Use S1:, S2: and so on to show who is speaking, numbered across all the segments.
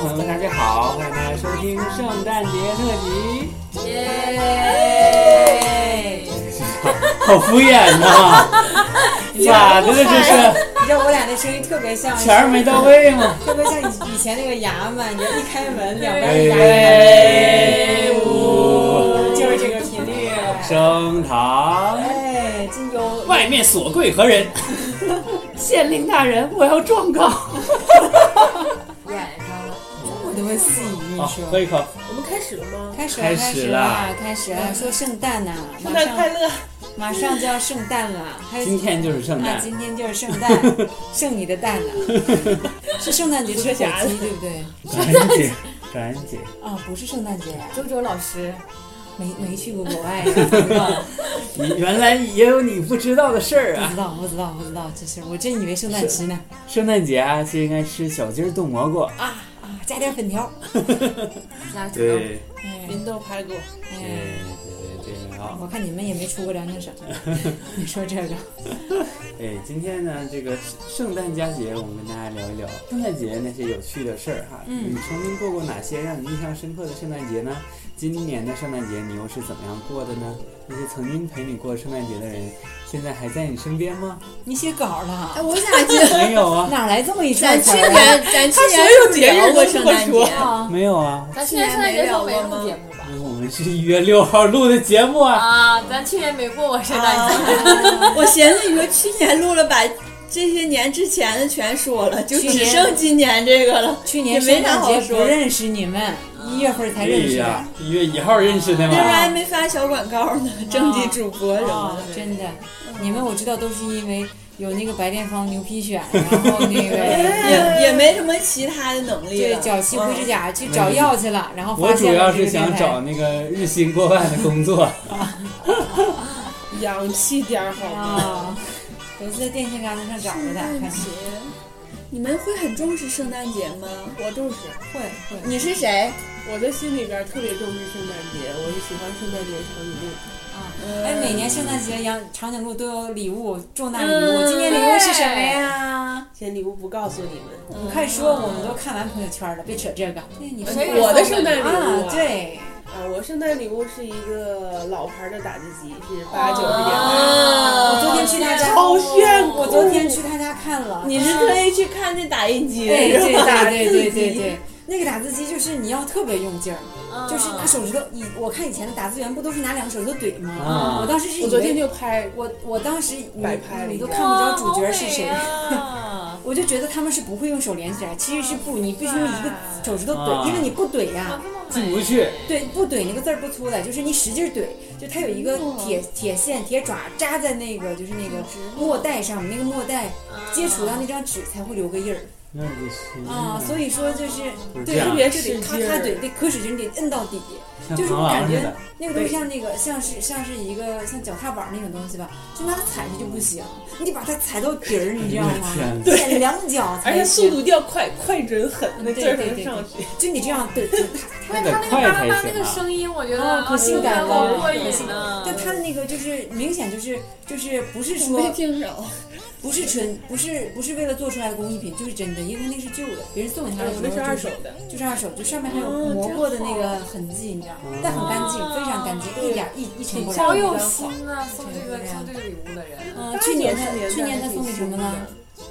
S1: 好，欢迎大家收听圣诞节特辑。
S2: 耶！
S1: 好敷衍呐、咋的了这是？
S2: 你知道我俩那声音特别像，
S1: 钱儿没到位吗？
S2: 特别像以以前那个衙门，你一开门两边
S1: 哎
S2: 是衙
S1: 哎
S2: 门，
S1: 呜，
S2: 就是这个频率。
S1: 升堂，
S2: 哎，这有
S1: 外面所贵何人？县令大人，我要状告。
S2: 染上了这么多细语，你
S1: 好，喝
S2: 说。
S1: 一口。
S3: 我们开始了吗？
S2: 开始
S1: 开始
S2: 始
S1: 啦
S2: 啦，开始啦！说圣诞呐，马
S3: 圣诞快
S2: 上
S3: 乐！
S2: 马上就要圣诞了，还有
S1: 今天就是圣
S2: 啊，
S1: 诞，
S2: 今天就是圣诞，圣你的蛋呢？ 是圣诞节吃火鸡对不对？
S1: 感恩节，感恩节。
S2: 啊，不是圣诞节呀，
S3: 周周老师，
S2: 没没去过国外，不知道
S1: 你原来也有你不知道的事儿
S2: 不
S1: 啊！
S2: 知道不知道不知道这事儿，我真以为圣诞节呢
S1: 圣诞节啊，就应该吃小鸡儿炖蘑菇。
S2: 啊啊，加点粉条，
S3: 来，
S1: 对，
S2: 哎
S3: 芸豆排骨，
S1: 对
S2: 哎，
S1: 对对对，好。
S2: 我看你们也没出过辽宁省，你说这个
S1: 哎，今天呢，这个圣诞佳节，我们跟大家聊一聊圣诞节那些有趣的事儿哈。
S2: 嗯
S1: 你曾经过过哪些让你印象深刻的圣诞节呢？今年的圣诞节你又是怎么样过的呢？那些曾经陪你过圣诞节的人，现在还在你身边吗？
S2: 你写稿了，
S3: 我咋记得？
S1: 没有啊，
S2: 哎哪来这么一串
S3: 咱去
S2: 词儿啊
S3: 年，咱去
S2: 所
S3: 年
S2: 有
S3: 是
S2: 节日
S3: 聊过
S2: 都
S3: 圣
S2: 这么
S3: 诞
S2: 说
S3: 节，
S2: 啊？
S1: 没有啊。
S3: 咱
S4: 去年圣诞节时候没
S3: 聊过
S4: 录节
S3: 吗？
S4: 目吧？
S1: 因为我们是一月六号录的节目啊。
S4: 啊，咱去年没过过圣
S2: 啊
S4: 诞节，
S3: 我寻思你说去年录了，把这些年之前的全说了，就
S2: 去
S3: 只
S2: 年
S3: 剩今年这个了，
S2: 去年
S3: 也没
S2: 圣
S3: 啥
S2: 诞
S3: 好
S2: 节不
S3: 说的。
S2: 认识你们，一月份才
S1: 哎
S2: 认识的。啊
S1: 呀，一月一号认识的
S2: 嗯
S3: 那时候
S1: 嘛。
S3: 还没发小广告呢，征集主播什么
S2: 哦，
S3: 的。
S2: 真的，你们我知道都是因为有那个白癜风牛皮癣，然后那 个
S3: 也也没什么其他的能力
S2: 对
S3: 了。
S2: 脚气灰指甲去找药去了，然后
S1: 我
S2: 发
S1: 主
S2: 现了
S1: 要
S2: 这
S1: 是
S2: 个电
S1: 想
S2: 台
S1: 找那个日薪过万的工作。
S3: 洋气点儿好
S2: 啊， 都是在电线杆子上找着的，看
S3: 节，嗯你们会很重视圣诞节吗？
S5: 我重视，
S2: 会会
S3: 你是谁？
S5: 我的心里边特别重视圣诞节，我是喜欢圣诞节长颈鹿。
S2: 啊。
S3: 嗯
S2: 哎，每年圣诞节杨长颈鹿都有礼物，重大礼物。今年礼物是什么呀？
S5: 先礼物不告诉你们，
S2: 你快说，我们都看完朋友圈了，别扯这个。对，你
S4: 谁
S2: 说
S4: 给
S5: 我的
S4: 送
S5: 圣
S4: 的
S5: 诞礼物
S2: 啊？对，
S5: 啊，我圣诞礼物是一个老牌的打字机，是八九十年代。
S3: 啊
S2: 我昨天去他家，
S5: 超炫酷
S2: 我昨天去他家看了。
S3: 你是特意去看那打印机
S2: 对
S3: 是吧
S2: 对对对对对对，那个打字机就是你要特别用劲儿，
S5: 嗯
S2: 就是
S3: 嗯
S2: 拿手指头。以我看以前的打字员不都是拿两个手指头怼吗
S1: 啊？
S2: 我当时是以
S5: 我
S2: 为
S5: 昨天就拍，
S2: 我我当时你
S5: 摆拍了
S2: 你
S5: 一
S2: 都
S5: 下哦
S2: 看不着主角是谁，
S3: 哦
S4: 啊
S2: 我就觉得他们是不会用手连起来，其实是不，你必须用一个手指头
S1: 啊
S2: 怼，因为你不怼呀、
S1: 进不去，
S2: 对，不怼那个字儿不出来，就是你使劲儿怼，就它有一个
S5: 嗯
S2: 铁铁线、铁爪扎在那个就是那个墨带上面，那个墨带
S5: 嗯
S2: 接触到那张纸才会留个印儿
S1: 那不行
S2: 啊，所以说就是
S1: 不是这
S2: 对，
S1: 样
S2: 就
S5: 特别
S2: 得
S5: 使
S2: 咔
S5: 劲
S2: 咔
S5: 儿
S2: 怼，得可使劲儿，你得摁到底，
S1: 像
S2: 就是
S1: 螳
S2: 我感
S1: 螂似
S2: 觉
S1: 的。
S2: 那个东西像那个像是像是一个像脚踏板那种东西吧，就拿它踩着就不行，你得把它踩到底儿，你知道吗
S1: 我的天？
S2: 对，两脚
S5: 而
S2: 才
S5: 且速
S2: 行，
S5: 度要快，快准狠，那劲
S2: 对
S5: 儿
S2: 对
S5: 能
S2: 对
S5: 上去。嗯
S2: 就你这样怼，就咔咔
S4: 但
S1: 得
S4: 是他那
S1: 快
S4: 个叭
S1: 才
S4: 叭叭
S1: 行
S4: 那个
S1: 啊
S4: 声音，我觉
S2: 啊
S4: 得
S2: 可性感哦
S4: 好
S2: 了
S4: 过
S2: 可性
S4: 瘾
S5: 啊
S2: 感
S4: 呢。
S2: 但他的那个就是明显就是就是不是 说
S3: 没听着。
S2: 不是纯不是不是为了做出来的工艺品，就是真的，因为那是旧的，别人送给他的时
S5: 我
S2: 候
S5: 那是二手
S2: 就
S5: 的，
S2: 就是二手，就上面还有磨过的那个痕迹，你知道吗？但很干净，非常干净，一点一一尘不
S4: 好
S2: 染。
S4: 有心啊，送这个送这个礼物的人，
S5: 啊
S2: 嗯，去年他
S5: 80代
S2: 去年他送你
S5: 挺
S2: 什么
S5: 新
S2: 呢
S5: 的？？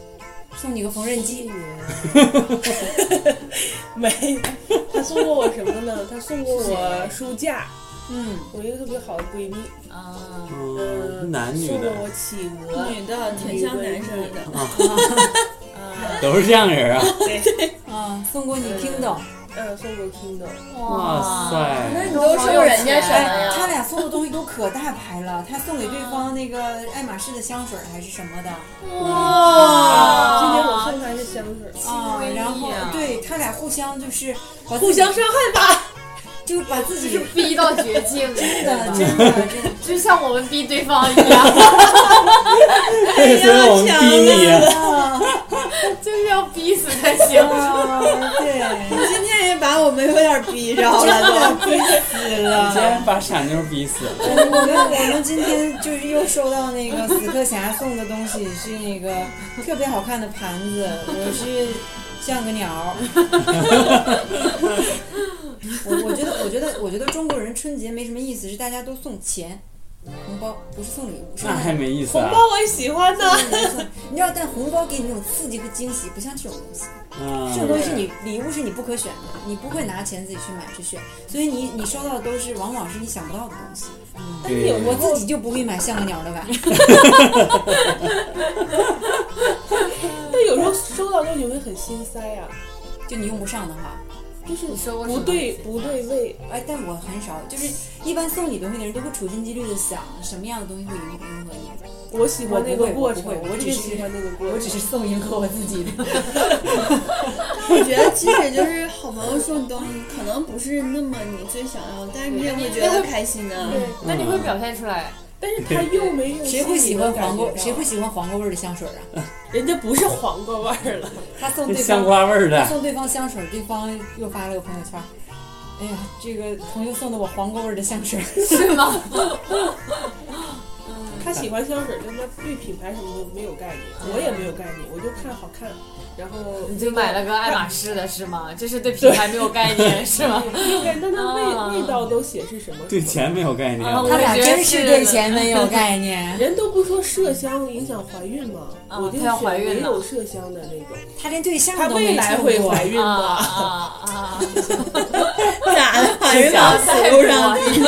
S2: 送你个缝纫机，
S5: 没，他送过我什么呢？他送过我书架，
S2: 嗯，
S5: 我一个特别好的闺蜜，
S4: 啊，
S2: 呃
S1: 嗯，是
S5: 嗯，
S1: 男女
S5: 送过
S1: 的
S5: 我企鹅，
S3: 女的挺像男生的，
S5: 嗯
S1: 都是这样人啊！
S2: 啊，送过你 Kindle，
S5: 嗯，送过 Kindle。
S1: 哇塞，
S3: 那你都送人家什么
S2: 哎，他
S3: 呀？
S2: 俩送的东西都可大牌了，他送给对方那个爱马仕的香水还是什么的
S4: 哇
S5: 今天我送他是香水，
S2: 啊
S4: 闺，蜜
S2: 然后
S4: 呀
S2: 对他俩互相就是把自
S5: 互
S2: 己
S5: 相伤害吧。
S2: 就把自己
S4: 逼到绝境，真
S2: 真的真的真的。
S4: 就像我们逼对方一样，
S1: 对，所以我们逼你，
S2: 啊，
S4: 就是要逼死才行。啊
S2: 对，
S3: 今天也把我们有点 逼着
S2: 真
S3: 了
S2: 的逼死
S1: 你竟
S2: 了。
S1: 然把傻妞逼死了！
S2: 我们我们今天就是又收到那个死磕侠送的东西，是那个特别好看的盘子，我是像个鸟儿。 我我觉得，我觉得，我觉得中国人春节没什么意思，是大家都送钱、红包，不是送礼物，是
S1: 那还没意思啊！
S5: 包我也喜欢呢。
S2: 你知道，但红包给你那种刺激和惊喜，不像这种东西。这种
S1: 嗯，
S2: 东西是你礼物是你不可选的，你不会拿钱自己去买去选，所以你你收到的都是往往是你想不到的东西。
S1: 对，
S5: 哎
S2: 我自己就不会买像个鸟的碗，
S5: 但有时候收到东西会很心塞呀、
S2: 就你用不上的话。
S5: 就是
S4: 你收过什么
S5: 不对不对味。
S2: 哎，但我很少，就是一般送礼东西的人都会处心积虑的想什么样的东西会迎迎合你。
S5: 我喜欢那个过程，
S2: 我不会我不会我
S5: 我
S2: 只
S5: 只
S2: 是
S5: 喜欢那个过程。
S2: 我只是送迎合我自己的。
S3: 我觉得即使就是好朋友送你东西，可能不是那么你最想要，但是你也会觉得开心啊的。
S4: 对，那你会表现出来。
S5: 但是他又没用
S2: 谁会喜欢黄瓜？
S5: 心里能感觉到
S2: 谁会？喜欢黄瓜味儿的香水啊？
S5: 人家不是黄瓜味儿了，
S2: 他送
S1: 这
S2: 对
S1: 香
S2: 方
S1: 瓜味儿
S2: 他
S1: 的，
S2: 送对方香水，对方又发了个朋友圈。哎呀，这个朋友送的我黄瓜味儿的香水，
S4: 是吗？
S5: 他喜欢香水，但他对品牌什么的没有概念，我也没有概念，我就看好看，然后
S4: 你就买了个爱马仕的是吗？这是对品牌没有概念是吗？
S5: 没有概念，但它
S4: 啊
S5: 味味道都写是什么？
S1: 对钱没有概 念。
S4: 啊 我
S2: 他俩
S4: 觉得
S2: 真是
S4: 是
S2: 对
S4: 的
S2: 钱没 有概念。
S5: 人都不说麝香影响怀孕吗？
S4: 啊
S5: 我就
S4: 她要怀
S5: 选
S4: 孕
S5: 没
S4: 了
S5: 有麝香的那种，
S2: 他连对象
S5: 她
S2: 都
S5: 未
S2: 没
S5: 来
S2: 处
S5: 会
S2: 过。
S5: 怀孕
S4: 啊
S5: 吧？
S4: 啊啊！
S3: 咋了？把人往死路上逼？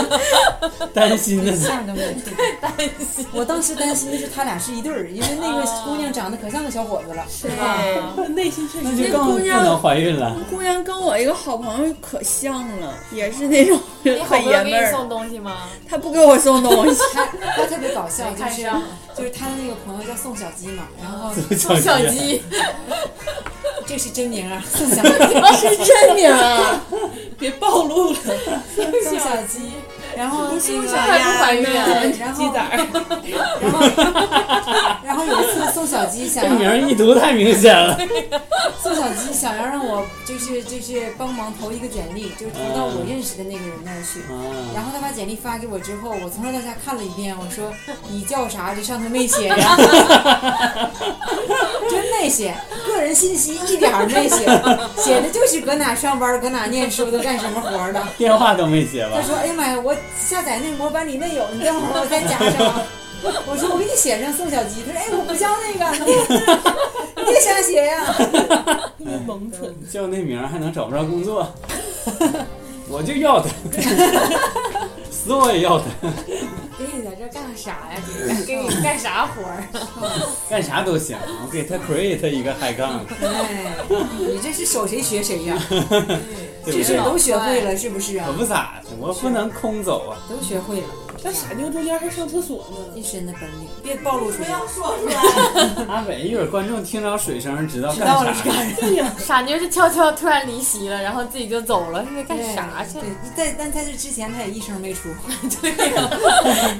S1: 担心的是，
S2: 象都没有处过，担心。我当时担心的是他俩是一对儿，因为那
S4: 啊
S2: 个姑娘长得可像个小伙子了。
S4: 是
S3: 吧？
S5: 内心确
S1: 那
S5: 实
S1: 就更不能怀孕了。
S3: 姑娘跟我一个好朋友可像了，也是那种
S4: 你好
S3: 很
S4: 朋友
S3: 爷
S4: 给
S3: 们
S4: 你
S3: 儿
S4: 送
S3: 的。
S4: 东西吗？
S3: 他不给我送东西，
S2: 他他特别搞 笑，
S4: 没
S2: 就
S4: 看
S2: 是
S4: 上
S2: 就是他的那个朋友叫宋小鸡嘛，然后
S1: 送
S4: 小鸡，啊
S2: 这是真名啊，宋小鸡，
S3: 是真名儿。
S5: 别暴露了，
S2: 宋小鸡，然后
S3: 不
S2: 那
S3: 是宋
S2: 个
S3: 小
S4: 还不怀孕啊？
S2: 对然
S5: 鸡
S2: 后
S5: 仔儿，
S2: 然后然后有一次宋小鸡想
S1: 这名
S2: 要
S1: 儿一读太明显 了，
S2: 宋小鸡想要让我就是就是帮忙投一个简历，就是投到我认识的那个人那儿去。然
S1: 啊，
S2: 后他把简历发给我之后，我从上到下看了一遍，我说你叫啥？这上头没写 呀，真没写，个人信息一点儿没写，写的就是搁哪上班、搁哪念书的、干什么活儿 的。
S1: 电话都没写
S2: 他
S1: 吧？
S2: 说：“哎呀妈呀，我下载那模板里面有，你等会儿我再加上 啊。”我说：“我给你写上宋小鸡。”他说：“哎，我不叫那个，你 别你别瞎写呀、
S5: 特别萌蠢。
S1: 叫那名儿还能找不着工 作？我就要他，死我也要他，
S2: 给你在这干啥呀？
S4: 给你干啥活儿？
S1: 干啥都行。我给他 create 一个海杠，
S2: 哎，你这是瞅谁学谁呀、
S1: 对
S2: 这
S1: 不
S2: 事
S1: 对
S2: 儿？都学会了是不是啊
S1: 可？不咋的，我不能空走啊。
S2: 都学会了，
S5: 那傻妞中间还上厕所呢，
S2: 一身的本领，别暴露出去。
S3: 说出来，
S1: 阿伟，一会儿观众听着水声，知道
S2: 知
S1: 干
S2: 道
S1: 啥
S2: 了是干
S1: 了。
S2: 啥？
S5: 对呀，
S4: 傻妞是悄悄突然离席了，然后自己就走了，是在干啥去
S2: 对
S4: 了？，
S2: 在但在这之前他也一声没 出。 对呀，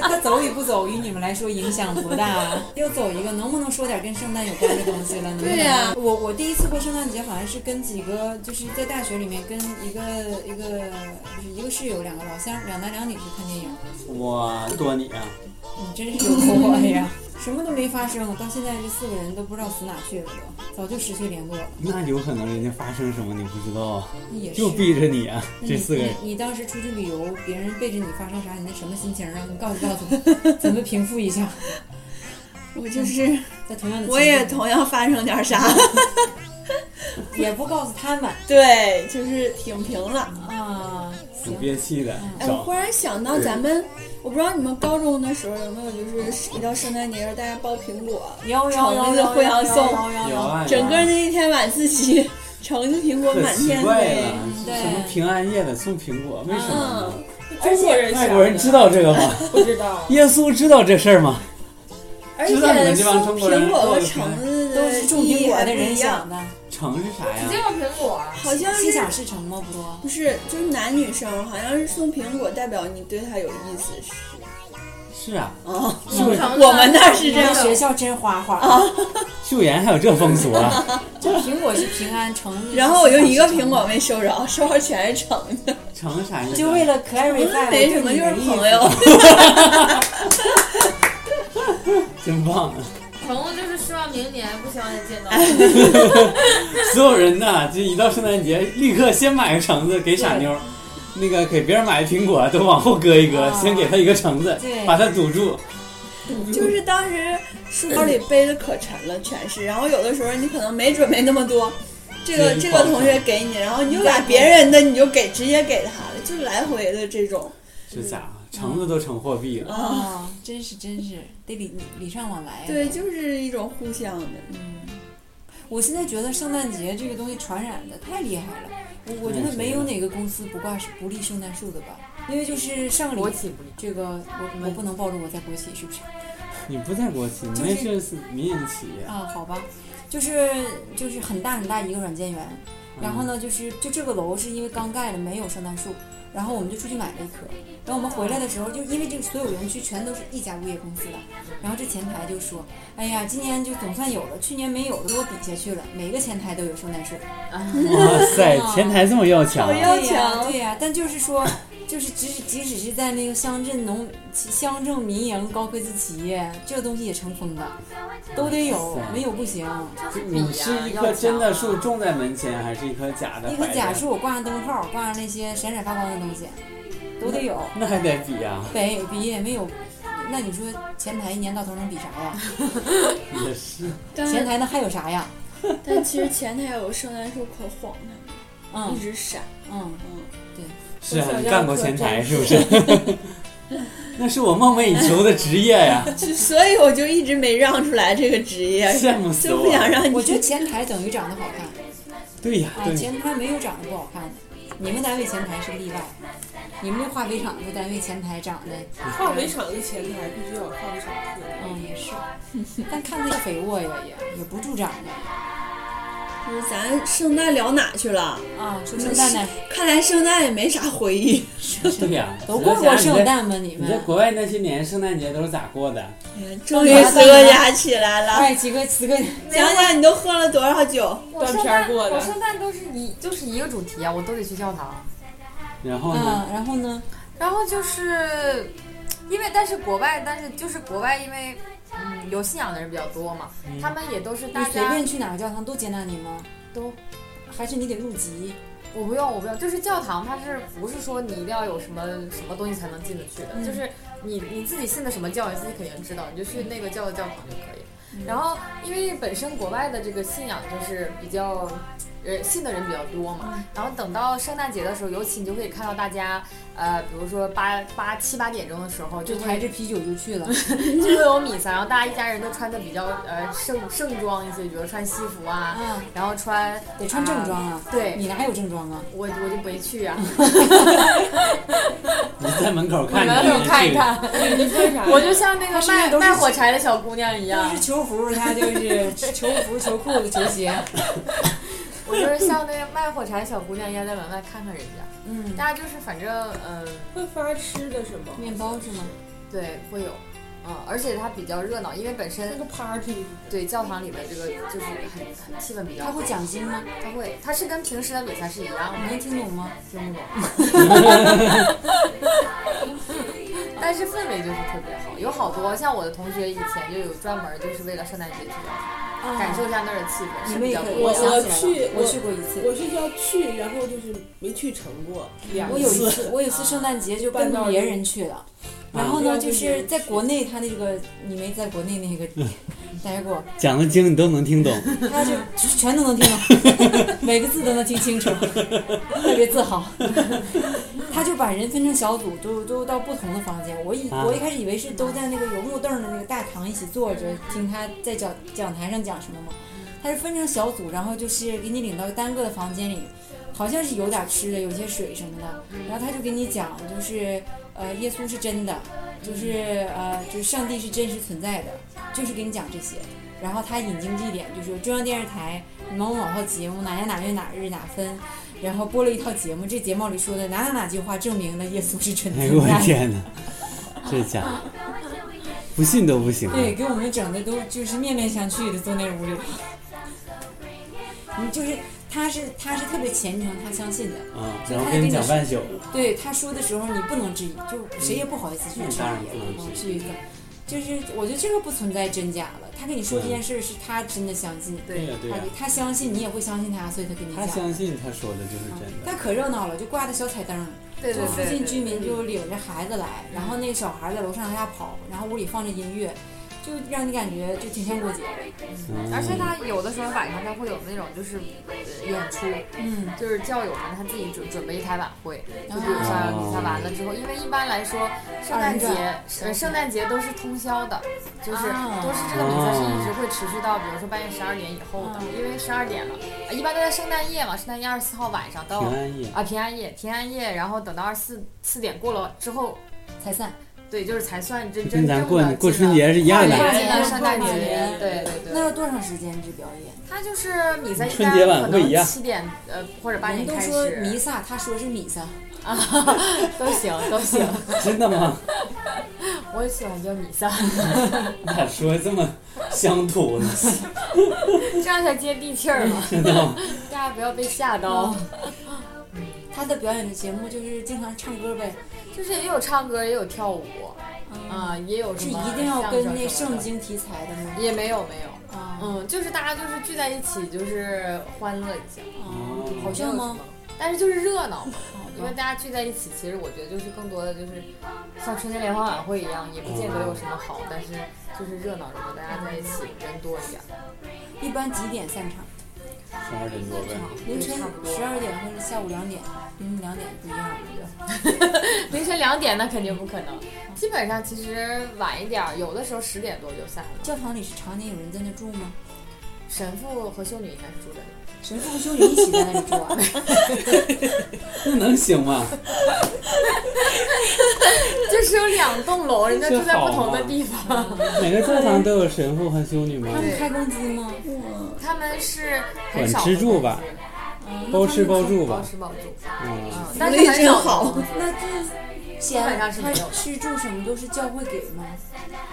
S2: 他走与不走与你们来说影响多大啊？又走一个，能不能说点跟圣诞有关的东西了呢？
S3: 对呀
S2: 我我第一次过圣诞节好像是跟几个就是在大学里面跟一个一个就是一个室友两个老乡两男两女去看电影，
S1: 我多你啊！
S2: 你真是有火 呀！什么都没发生，到现在这四个人都不知道死哪去了都，早就失去联络了。
S1: 那有可能人家发生什么你不知道啊，
S2: 那也是嗯
S1: 就逼着你啊！
S2: 那
S1: 这
S2: 你
S1: 四个人
S2: 你你当时出去旅游，别人背着你发生啥，你那什么心情啊？你告诉告诉我，怎么平复一下？
S3: 我就是
S2: 在同样的情
S3: 我也
S2: 况
S3: 同样发生点啥，
S2: 也不告诉他们
S3: 对，就是挺平了。
S2: 啊。
S1: 挺
S2: 行，
S1: 憋气的，
S3: 哎，我
S1: 找
S3: 忽然想到咱们，我不知道你们高中的时候有没有，就是一到圣诞节的时候大家包苹果，
S2: 有
S3: 有有有有有
S1: 有啊，
S3: 整个那一天晚自习，橙子苹果
S1: 可
S3: 满
S1: 奇
S3: 天
S1: 怪
S3: 飞。
S1: 了，
S2: 对
S1: 什么平安夜的送苹果，为什么呢？
S5: 中国人
S1: 外国人知道这个吗？
S5: 不知道？
S1: 耶稣知道这事儿吗？
S3: 而
S1: 知道你们
S3: 且
S1: 这帮
S3: 送
S1: 中国人
S3: 苹果
S1: 做
S3: 和
S1: 的
S3: 橙子
S2: 都是种
S3: 意
S2: 苹
S3: 义
S2: 果
S3: 还
S2: 的
S3: 不
S2: 人
S3: 一样，
S2: 想的，
S1: 橙是啥呀
S4: 只？有苹果，
S3: 好像
S2: 心
S3: 是
S2: 想事成吗？不多，
S3: 不是就是男女生好像是送苹果代表你对他有意思是
S1: 是啊，
S2: 哦
S3: 啊，
S1: 秀
S3: 我们那儿是这
S2: 你
S3: 啊
S2: 们
S3: 样的
S2: 学校真花花。
S1: 秀妍还有这风俗啊？
S2: 这苹果是平安橙子，
S3: 然后我就一个苹果没收着，收着全是橙子，
S1: 橙啥意思啊？
S2: 就为了可爱
S3: 我
S2: 瑞
S3: 们
S2: 在，
S3: 没什么就是朋
S2: 我对你没意思。
S3: 友。
S1: 真棒啊！
S4: 成龙就是希望明年不希望再见到。
S1: 所有人呐，就一到圣诞节，立刻先买个橙子给傻妞儿，那个给别人买的苹果都往后搁一搁，
S2: 啊
S1: 先给他一个橙子，
S2: 对嗯
S1: 把他堵住。
S3: 就是当时书包里背的可沉了，全是。然后有的时候你可能没准备那么多，这个
S1: 嗯
S3: 这个同学给你，然后你就把别人的你就给直接给他了，就来回的这种。
S1: 这家伙，橙子都成货币了。
S2: 啊，真是真是得礼礼尚往来。啊
S3: 对，，就是一种互相的。
S2: 我现在觉得圣诞节这个东西传染的太厉害了，我我觉
S1: 那
S2: 得
S1: 是
S2: 没有哪个公司不挂不立圣诞树的吧，因为就是上个
S4: 国
S2: 礼
S4: 企不理。
S2: 这个我我不能暴露我在国企是不是？
S1: 你不在国企，你
S2: 嗯就是
S1: 那是民营企业。
S2: 啊，好吧，就是就是很大很大一个软件园，然后呢，就是就这个楼是因为刚盖了，没有圣诞树，然后我们就出去买了一棵，然后我们回来的时候，就因为这个所有园区全都是一家物业公司的，然后这前台就说，哎呀，今年就总算有了，去年没有的给我比下去了，每个前台都有圣诞树，
S1: 嗯？ 哇塞，
S2: 啊
S1: 前台这么要强
S3: 好
S1: 啊，
S3: 要
S2: 对呀、
S3: 强
S2: 对呀、但就是说， 就是即使即使是在那个乡镇农乡镇民营高科技企业，这东西也成风的，都得有
S1: 哇塞，
S2: 没有不行。
S1: 你是一棵真的树种在门前，还是一棵假的？
S2: 一棵假，树，挂上灯泡，挂上那些闪闪发光的东西，都得有。
S1: 那还得比啊呀、
S2: 北比也没有，那你说前台一年到头能比啥 呀？
S1: 也是。
S3: 但
S2: 前台那还有啥呀？
S3: 但其实前台有圣诞树可晃他们，
S2: 嗯
S3: 一直闪。
S2: 嗯，
S3: 嗯，
S1: 是啊
S5: 我，想
S1: 你干过前台是不是？那是我 梦寐以求的职业 呀，
S3: 就所以我就一直没让出来这个职 业，
S1: 羡慕死
S3: 就不想
S1: 了。
S3: 让你。
S2: 嗯我觉得前台等于长得好看
S1: 对呀，
S2: 啊，
S1: 对，
S2: 前台没有长得不好看的。你们单位前台是个例外，你们这化肥厂的单位前台长得，
S5: 化肥厂的前台必须要有化肥厂特点。
S2: 嗯，也 是，但看那个肥沃呀，也也不助长的
S3: 就是咱圣诞聊哪去了？
S2: 啊。说圣诞呢，
S3: 看来圣诞也没啥回忆。
S1: 对呀，
S2: 都过过圣。诞吗？你
S1: 你在
S2: 们？
S1: 国外那些年圣诞节都是咋过的？
S3: 嗯 终于斯哥家起来了，
S2: 哎，几个几个，
S3: 讲讲你都喝了多少酒？
S4: 我
S5: 断
S4: 圣
S5: 片儿
S4: 诞
S5: 过的
S4: 我圣诞都是一就是一个主题啊，我都得去教堂。
S1: 然后呢？
S2: 嗯，然后呢？
S4: 然后就是因为但是国外，但是就是国外，因为嗯有信仰的人比较多嘛，他们也都是
S2: 嗯你
S4: 大
S2: 随
S4: 家
S2: 便去哪个教堂都接纳你吗？
S4: 都
S2: 还是你得入籍？
S4: 我不用，我不用，就是教堂，它是不是说你一定要有什么什么东西才能进得去的？
S2: 嗯
S4: 就是你你自己信的什么教，你自己肯定知道，你就去那个教的教堂就可以。
S2: 嗯
S4: 然后，因为本身国外的这个信仰就是比较，呃，信的人比较多
S2: 嗯
S4: 嘛。然后等到圣诞节的时候，尤其你就可以看到大家，呃，比如说八八七八点钟的时候，就
S2: 就
S4: 会
S2: 抬着啤酒就去了，
S4: 就会有弥撒，然后大家一家人都穿的比较呃盛盛装一些，比如穿西服啊，
S2: 啊，
S4: 然后穿
S2: 得穿正装啊。
S4: 对
S2: 你哪有正装啊？
S4: 我我就没 去啊。
S1: 你在门口
S4: 你
S1: 看，
S4: 们
S1: 你
S4: 有
S1: 没
S4: 看一
S1: 去
S4: 看，
S5: 你说啥？
S4: 我就像那个
S2: 是
S4: 卖
S2: 都是
S4: 卖火柴的小姑娘一样
S2: 都，是球服，他就是 球服、球裤子、球鞋。
S4: 我就是像那个卖火柴小姑娘一样，在门外看看人家。
S2: 嗯，
S4: 大家就是反正嗯、
S5: 会发吃的什么？
S2: 面包是吗？
S4: 对，会有，嗯，而且它比较热闹，因为本
S5: 那
S4: 身
S5: 个 party
S4: 对教堂里面这个就是很很气氛比较
S2: 他
S4: 好，
S2: 会讲经吗？
S4: 它会它是跟平时的弥撒是一样的，
S2: 你能听懂吗？
S4: 听不懂，但是氛围就是特别好，有好多像我的同学以前就有专门就是为了圣诞节去教堂，
S2: 啊
S4: 感受一下那儿的气氛
S2: 你
S4: 是
S2: 们
S4: 比
S2: 也
S4: 较
S2: 可以。
S4: 不
S5: 我
S4: 一样
S2: 想
S4: 的。
S2: 起来了我
S5: 我去我
S2: 去过一次。
S5: 我是要去，然后就是没去成过两
S2: 我有一
S5: 次。
S2: 次，我有一次圣诞节就跟着别人去
S5: 啊
S2: 了，然后呢，就是在国内，他那个你没在国内那个
S5: 嗯
S2: 待过，
S1: 讲的经你都能听懂，
S2: 他就全都能听懂， 每个字都能听清楚，特别自豪。 他就把人分成小组，都都到不同的房间。我以、
S1: 啊
S2: 我一开始以为是都在那个有木凳的那个大堂一起坐着听他在讲讲台上讲什么嘛。他是分成小组，然后就是给你领到单个的房间里，好像是有点吃的，有些水什么的。然后他就给你讲，就是呃，耶稣是真的，就是呃，就是上帝是真实存在的，就是给你讲这些。然后他引经据典，就是中央电视台某某某号节目哪年哪月哪日哪分，然后播了一套节目，这节目里说的哪哪哪句话证明了耶稣是真
S1: 哎呦
S2: 存
S1: 我
S2: 在的。
S1: 天哪，这家伙不信都不行啊。
S2: 对，给我们整的都就是面面相觑的坐那屋里了。 你就是他是他是特别虔诚，他相信的。
S1: 啊，然后跟你讲半宿，
S2: 对他说的时候，你不能质疑，就谁也不好意思去
S1: 嗯那
S2: 质
S1: 当然
S2: 疑，
S1: 不能质疑
S2: 去就是我觉得这个不存在真假了。他跟你说这件事是他真的相信，
S1: 对呀、对呀、
S2: 他他相信你也会相信他，所以他跟你
S1: 他
S2: 讲。
S1: 相信他说的就是
S2: 啊
S1: 真的。
S2: 但可热闹了，就挂的小彩灯儿，
S4: 对
S2: 就
S4: 对
S2: 附
S4: 对，
S2: 近居民就领着孩子来，然后那个小孩在楼上楼下跑，然后屋里放着音乐，就让你感觉就挺像过节的。
S1: 嗯
S4: 而且他有的时候晚上他会有那种就是呃演出，
S2: 嗯，
S4: 就是教友们他自己准准备一台晚会，就比如说比赛完了之后，因为一般来说圣诞
S1: 哦
S4: 节
S2: 二
S1: 啊
S2: 人转
S4: 呃圣诞节都是通宵的，就是
S1: 哦
S2: 啊
S4: 都是这个比赛是一直会持续到比如说半夜十二点以后的
S2: 啊，
S1: 哦
S4: 因为十二点了，呃一般都在圣诞夜嘛，圣诞夜二十四号晚上到
S1: 平安夜，
S4: 啊平安夜平安夜，然后等到二十四四点过了之后，
S2: 才散。
S4: 对，就是才算真
S1: 就
S4: 真
S1: 跟咱
S4: 正
S1: 过
S4: 的
S1: 过
S4: 进
S1: 春
S4: 了
S1: 节是一样
S4: 跨
S1: 的。
S4: 年
S2: 跨年
S4: 圣诞
S2: 跨
S4: 节
S2: 年，
S4: 对对
S2: 那
S4: 对，
S2: 要多长时间这表演？
S4: 他就是米赛一
S1: 春
S4: 般
S1: 节晚
S4: 可
S1: 会一
S4: 能
S1: 样
S4: 七点呃或者八
S2: 人
S4: 点
S2: 都
S4: 开
S2: 说
S4: 始，
S2: 弥撒，他说是米撒。
S4: 都行 都行，
S1: 真的吗？
S4: 我也喜欢叫米萨，
S1: 你咋说得这么乡土呢？
S4: 这样才接地气儿嘛。
S1: 真的吗？
S4: 大家不要被吓到，
S2: 他的表演的节目就是经常唱歌呗，
S4: 就是也有唱歌，也有跳舞，啊、也有
S2: 嗯是
S4: 什么
S2: 一定要
S4: 相
S2: 跟
S4: 声
S2: 那
S4: 什么
S2: 圣
S4: 的，
S2: 经题材的吗？
S4: 也没有没有，
S2: 啊，
S4: 嗯，就是大家就是聚在一起，就是欢乐一下，
S2: 哦好
S4: 没有
S2: 笑
S4: 什
S2: 吗
S4: 么？？但是就是热闹嘛，
S2: 好
S4: 因为
S2: 吧
S4: 大家聚在一起，其实我觉得就是更多的就是像春节联欢晚会一样，也不见得有什么好，但是就是热闹热闹，大家在一起人多一点。
S2: 一般几点散场？
S1: 十二点多 呗。
S2: 凌晨
S4: 差不多
S2: 十二点或者下午两点，凌晨两点不一样。我觉得
S4: 凌晨两点那肯定不可能，基本上其实晚一点儿，有的时候十点多就散了。
S2: 教堂里是常年有人在那住吗？
S4: 神父和修女应该是住在那
S2: 神父和修女一起在那里住 啊？
S1: 那能行吗？
S4: 儿，就是有两 栋楼，人家住在不同的地方。
S1: 每个教堂都有神父和修女吗
S2: 他？们开工资吗？
S3: 哇，
S4: 他们是很少哦
S1: 管吃住吧
S2: 嗯
S1: 包吃包，住
S4: 包
S1: 吧。
S4: 吃包住，
S1: 嗯，
S4: 嗯，
S3: 福
S4: 但
S3: 利
S4: 是很
S3: 真
S4: 少
S3: 好
S4: 的
S2: 哦那这钱
S4: 基本上是
S2: 他
S4: 没有的
S2: 吃住什么都是教会给吗？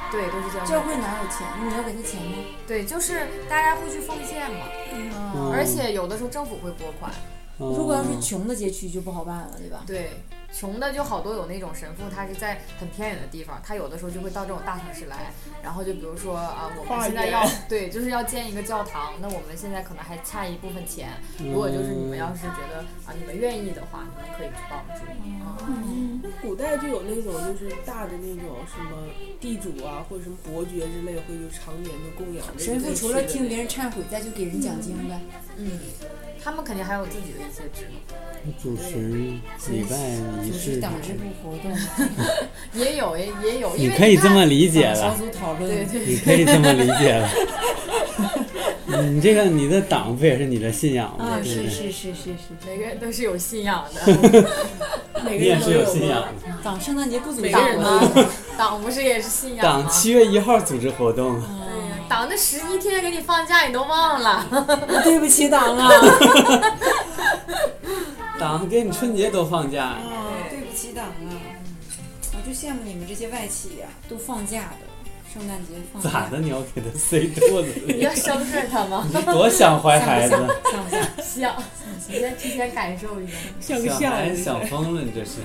S4: 对，都是这样
S2: 教会哪有钱？你要给他钱吗？
S4: 对，就是大家会去奉献嘛，
S1: 嗯
S4: 而且有的时候政府会拨款。
S1: 嗯
S2: 如果要是穷的街区就不好办了，对吧？
S4: 对，穷的就好多有那种神父，他是在很偏远的地方，他有的时候就会到这种大城市来，然后就比如说啊，我们
S5: 化
S4: 现在
S5: 缘
S4: 要对，就是要建一个教堂，那我们现在可能还差一部分钱，如果就是你们要是觉得啊，你们愿意的话，你们可以去帮助
S1: 嗯
S4: 啊。
S5: 古代就有那种就是大的那种什么地主啊，或者什么伯爵之类，会就常年就供养这
S2: 神
S5: 个
S2: 父
S5: 地
S2: 除
S5: 区
S2: 了
S5: 的
S2: 听别人忏悔，再就给人讲经呗。
S4: 嗯，他们肯定还有自己的一些职能，
S1: 主持礼拜仪
S2: 组织
S1: 式，
S2: 党支部活动，
S4: 也有也也有，因
S1: 你
S4: 为
S1: 可以这
S4: 看
S1: 么理解
S2: 小
S1: 了，
S2: 组讨
S4: 对
S2: 论。
S4: 对
S1: 你可以这么理解了。你这个你的党不也是你的信仰吗？
S2: 啊，
S1: 对不
S2: 是
S1: 对，
S2: 是是是是，
S4: 每个人都是有信仰 的，
S5: 每
S1: 你
S5: 个
S1: 也
S5: 人都
S1: 是有
S5: 个
S1: 信仰的。
S2: 党圣诞节不组织
S5: 每个
S4: 党
S5: 人
S2: 活
S4: 吗
S2: 动，？
S4: 党不是也是信仰
S1: 党
S4: 吗？
S1: 七月一号组织活动，
S4: 对呀党那十一天给你放假，你都忘了。
S2: 对不起党啊，
S1: 党给你春节都放假。
S2: 对不起党啊，我就羡慕你们这些外企呀，都放假的，圣诞节放假
S1: 咋的？你要给他塞肚子
S4: 你
S1: 里？
S4: 要生着他吗？
S1: 你多想怀孩子，
S2: 放假，
S4: 想，你先提前感受一下。
S5: 像哎
S1: 想
S5: 像
S1: 孩子想疯了，你这是。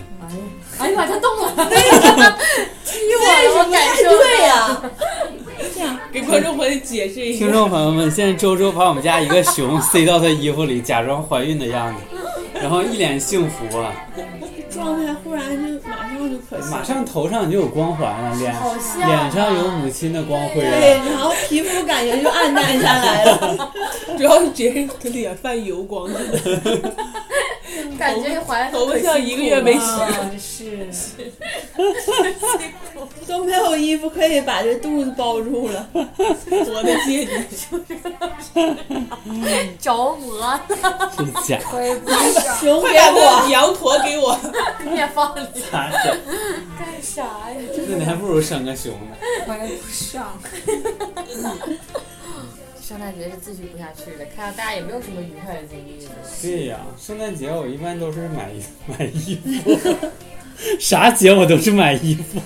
S4: 哎呀，哎呀妈，他动了， 踢我了，我感受对呀、
S5: 给观众朋友解释一下
S1: 听，众朋友们，现在周周把我们家一个熊 塞到她衣服里，假装怀孕的样子，然后一脸幸福啊，
S3: 状态忽然就马上就可
S1: 马
S3: 信，
S1: 上头上就有光环了，脸
S4: 好像、啊、
S1: 脸上有母亲的光辉
S3: 对，
S1: 啊，
S3: 然后皮肤感觉就暗淡下来了。
S5: 主要是别人的脸泛油光， 真的
S4: 感觉怀
S5: 头发像一个月没洗。
S2: 啊是，
S3: 都没有衣服可以把这肚子包住了。
S5: 我的阶级，
S4: 着 魔，
S1: 真假？
S4: 亏不上，
S3: 熊
S5: 快
S3: 给
S5: 把那
S3: 我，
S5: 个 羊驼给我，
S4: 面放里
S1: 咋整？
S4: 干啥呀？
S1: 那你还不如生个熊呢。
S2: 怀不上，
S4: 圣诞节是继续不下去了，看到大家也没有什么愉快的经历了。
S1: 对呀、圣诞节我一般都是买衣买衣服，啥节我都是买衣 服，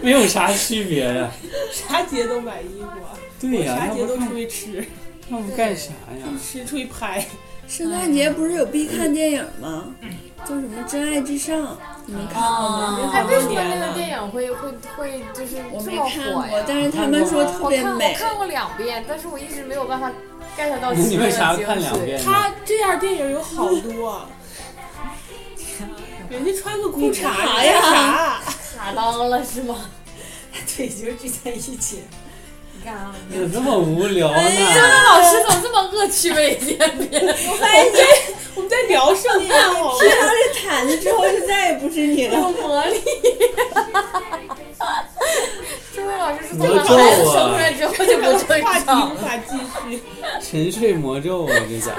S1: 没有啥区别呀、
S5: 啥节都买衣服啊，
S1: 对呀、
S5: 啥
S1: 要
S5: 节
S1: 不
S5: 都
S1: 干
S5: 出去吃，
S1: 要不干啥呀？
S5: 吃出去拍，
S3: 圣诞节不是有必看电影吗？叫什么《真爱至上》，你们看过吗？
S4: 哎，为什么
S5: 年
S4: 那
S5: 了
S4: 个电影会会会就是
S3: 我
S4: 这
S3: 没
S4: 么
S3: 看
S4: 火
S3: 过
S4: 呀，？
S3: 但是他们说特
S4: 我
S3: 别
S4: 看我
S3: 美。
S4: 看过两遍，但是我一直没有办法 get 到
S1: 你
S4: 其中
S1: 为
S4: 的
S1: 啥
S4: 精
S1: 看两
S4: 髓
S1: 遍呢？
S5: 他这样电影有好 多啊，人家穿个裤衩
S3: 啥
S5: 你
S3: 呀
S5: 干啥？
S4: 卡裆了是吗？
S2: 腿就聚在一起。你看啊，
S1: 有这么无聊
S4: 那
S1: 呢？
S4: 老师怎么这么恶趣味见面？
S5: 我们在聊圣诞好吗？
S3: 知道这毯子之后就再也不是你了。
S4: 有魔力。 这位老师是从
S1: 魔
S4: 把
S1: 咒
S4: 孩子
S1: 啊
S4: 生出来之后就不正
S5: 话题
S4: 常
S5: 无
S4: 了。
S5: 法继续，
S1: 沉睡魔咒啊，这家伙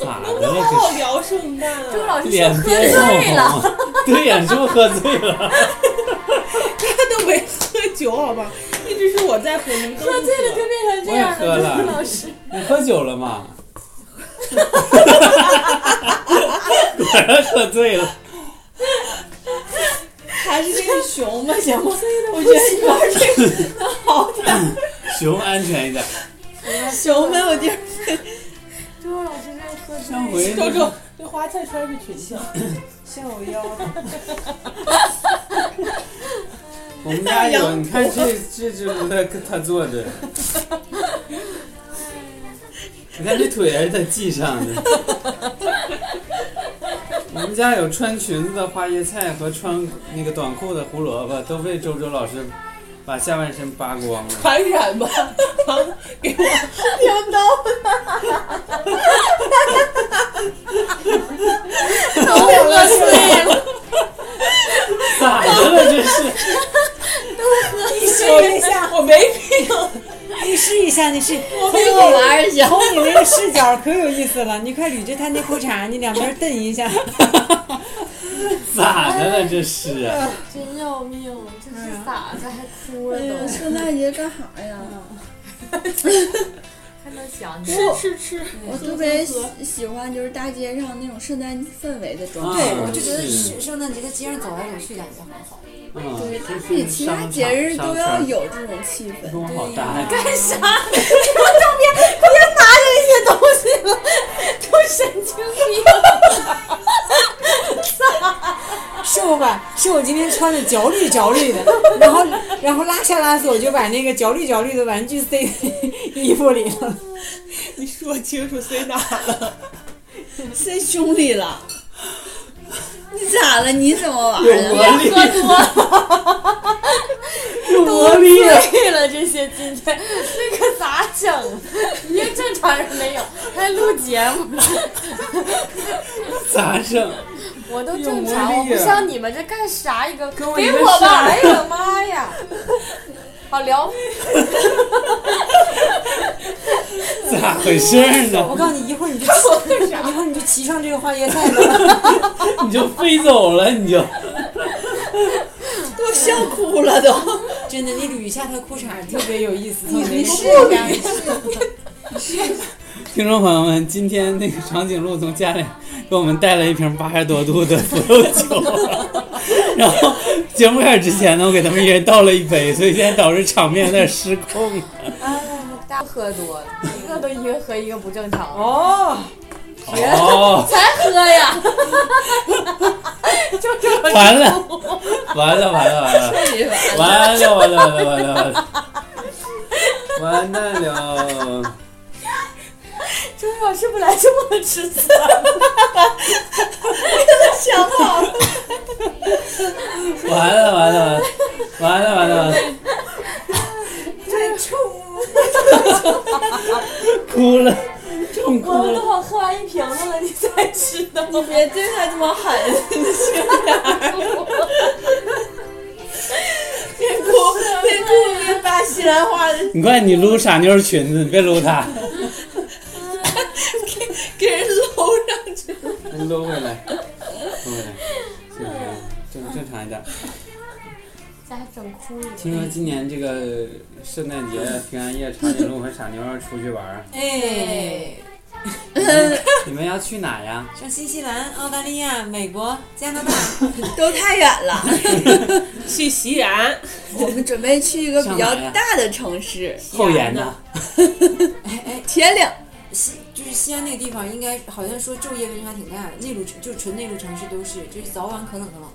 S1: 咋的了？
S5: 好
S1: 这
S5: 好
S1: 是
S5: 聊圣诞啊
S4: 这！位老师是
S1: 脸
S4: 喝
S1: 憋
S4: 醉
S1: 得
S4: 了，
S1: 慌， 对呀，你是不是喝醉了？
S5: 他都没喝酒，好吧？一直是我在喝，你们都不
S4: 喝醉了就变成这
S1: 我
S4: 样
S1: 也喝了
S4: 了。这位老师，
S1: 你喝酒了 吗？ 果然喝醉了，
S3: 还是那个熊吧，行吗？我觉得你玩这个好点儿，
S1: 熊安全一点。
S3: 熊没有地儿。
S4: 这位老师真的喝醉
S1: 上回
S5: 周周，这花菜穿着裙子，吓我腰了。
S1: 我们家有，你看这这只炉它它坐着，你看这腿还是它系上的。我们家有穿裙子的花椰菜和穿那个短裤的胡萝卜，都被周周老师把下半身扒光了。
S5: 传染吧，传给我
S3: 听到
S4: 都喝醉了。
S1: 咋的了这是？
S2: 你试一下，
S5: 我没病，
S2: 你试一下，你试。
S3: 这个玩意儿行。
S2: 从你那个视角可有意思了，你快捋着他那裤衩，你两边蹬一 下。
S1: 咋的了这是啊？
S4: 真要命！这是咋的还哭了
S3: 哎呀，
S4: 都？
S3: 圣诞节干啥呀？
S4: 还能想起
S5: 吃
S4: 来？
S5: 吃吃，
S3: 我特别喜喜欢就是大街上那种圣诞氛围的装
S1: 啊
S3: 饰，
S2: 对，我就觉得
S1: 是
S2: 圣圣诞节在街上走来走去感觉很好。
S1: 嗯，
S3: 对，它
S1: 这是
S3: 比其他
S1: 商
S3: 节日
S1: 场
S3: 都
S1: 商圈
S3: 要有这种气氛。
S1: 风好大呀！
S4: 干啥？我这边我边拿着一些东西了，都神经病！
S2: 是我吧？是我今天穿的焦绿焦绿的， 然后然后拉下拉锁就把那个焦绿焦绿的玩具塞衣服里了。
S5: 你说清楚塞哪了？
S3: 塞胸里了。你咋了？你怎么玩
S1: 有
S3: 的？
S1: 魔力，
S4: 喝多了，
S1: 有魔力啊！
S4: 醉了这些今天，这可咋整？ 一个正常人没有，还录节目，
S1: 咋整？
S4: 我都正常，
S1: 有魔
S4: 我
S1: 力啊
S4: 不像你们这干啥一个，
S5: 跟我一
S4: 给
S5: 个
S4: 我吧！
S2: 啊
S5: 事儿
S4: 哎呀妈呀！好聊，
S1: 咋回事儿呢？
S2: 我告诉你，一会儿你就骑，一会儿你就骑上这个花椰菜了。
S1: 你就飞走了，你就。
S3: 都笑哭了都。
S2: 真的，你捋一下他裤衩，特别有 意思。从那
S3: 你
S2: 个
S3: 试
S2: 视
S3: 一
S2: 角
S3: 下，你试一下。
S1: 听众朋友们，今天那个长颈鹿从家里给我们带了一瓶八十多度的葡萄 酒，然后节目开始之前呢，我给他们一人倒了一杯，所以现在导致场面有点失 控。
S4: 大家喝多了，一个都一个喝一个不正常。
S2: 哦，
S1: 哦，
S4: 才喝呀！就这么
S1: 完了，完了，完了，完了，完了，完了，完了，完了，完了，完蛋了！
S4: 周老师本来就不能吃醋，
S3: 想好了，
S1: 完了，完了，完了，完了，完了，
S2: 真臭！
S1: 哭了，痛哭
S4: 我们
S1: 了
S4: 都。好喝完一瓶子了，你才吃的。
S3: 你别对他这么狠，别哭，别哭，别扒西兰花的，
S1: 你快，你撸傻妞裙子，你别撸她，
S3: 给人搂 上去。
S1: 撸回来，撸回来，是不是？正正常一点。
S4: 家整哭了。
S1: 听说今年这个圣诞节、平安夜，长颈鹿和傻妞要出去玩儿，
S2: 哎，
S1: 你们要去哪呀？
S2: 上新西兰、澳大利亚、美国、加 拿大，
S3: 都太远了，
S5: 去席然，
S3: 我们准备去一个比较大的城市，
S1: 后延呢？
S2: 哎哎，
S3: 铁岭。
S2: 西就是西安那个地方，应该好像说昼夜温差挺大的，内陆城就纯内陆城市都是，就是早晚可冷可冷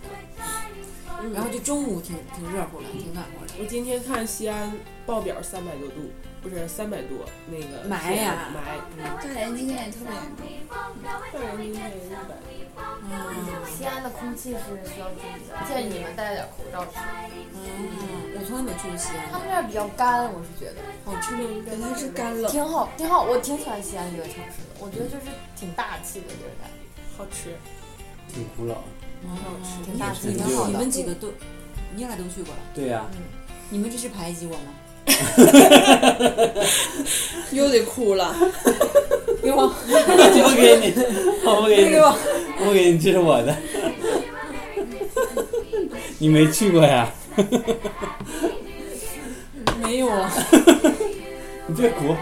S1: 嗯
S2: 的，然后就中午挺挺热乎的，挺暖和的。
S5: 我今天看西安报表三百多度，不是三百多，那个
S2: 霾呀
S5: 霾，
S3: 大连今天也特别严重。
S5: 大连今天一百，
S2: 嗯
S4: 西安的空气是需要注意的，建议你们戴点口罩去。
S2: 嗯，我从来没去过西
S4: 他
S1: 哦
S2: 安，
S4: 们那儿比较干，我是觉得
S2: 好吃吗？应该
S3: 原来是干冷，
S4: 挺好，挺好，我挺喜欢西安这个城市的，我觉得就是挺大气的这个感觉。
S5: 好吃。
S1: 挺古老。
S2: 嗯
S4: 挺大
S1: 挺
S2: 你
S1: 好
S2: 们
S1: 的
S2: 你们几个都，你俩都去过了，
S1: 对 呀、
S2: 你们这是排挤我 吗？
S3: 又得哭了。
S2: 给我，
S1: 我不给你，我不给你
S2: 给，我，
S1: 我不给你，这是我的。你没去过呀？
S2: 没有啊，
S1: 你别哭，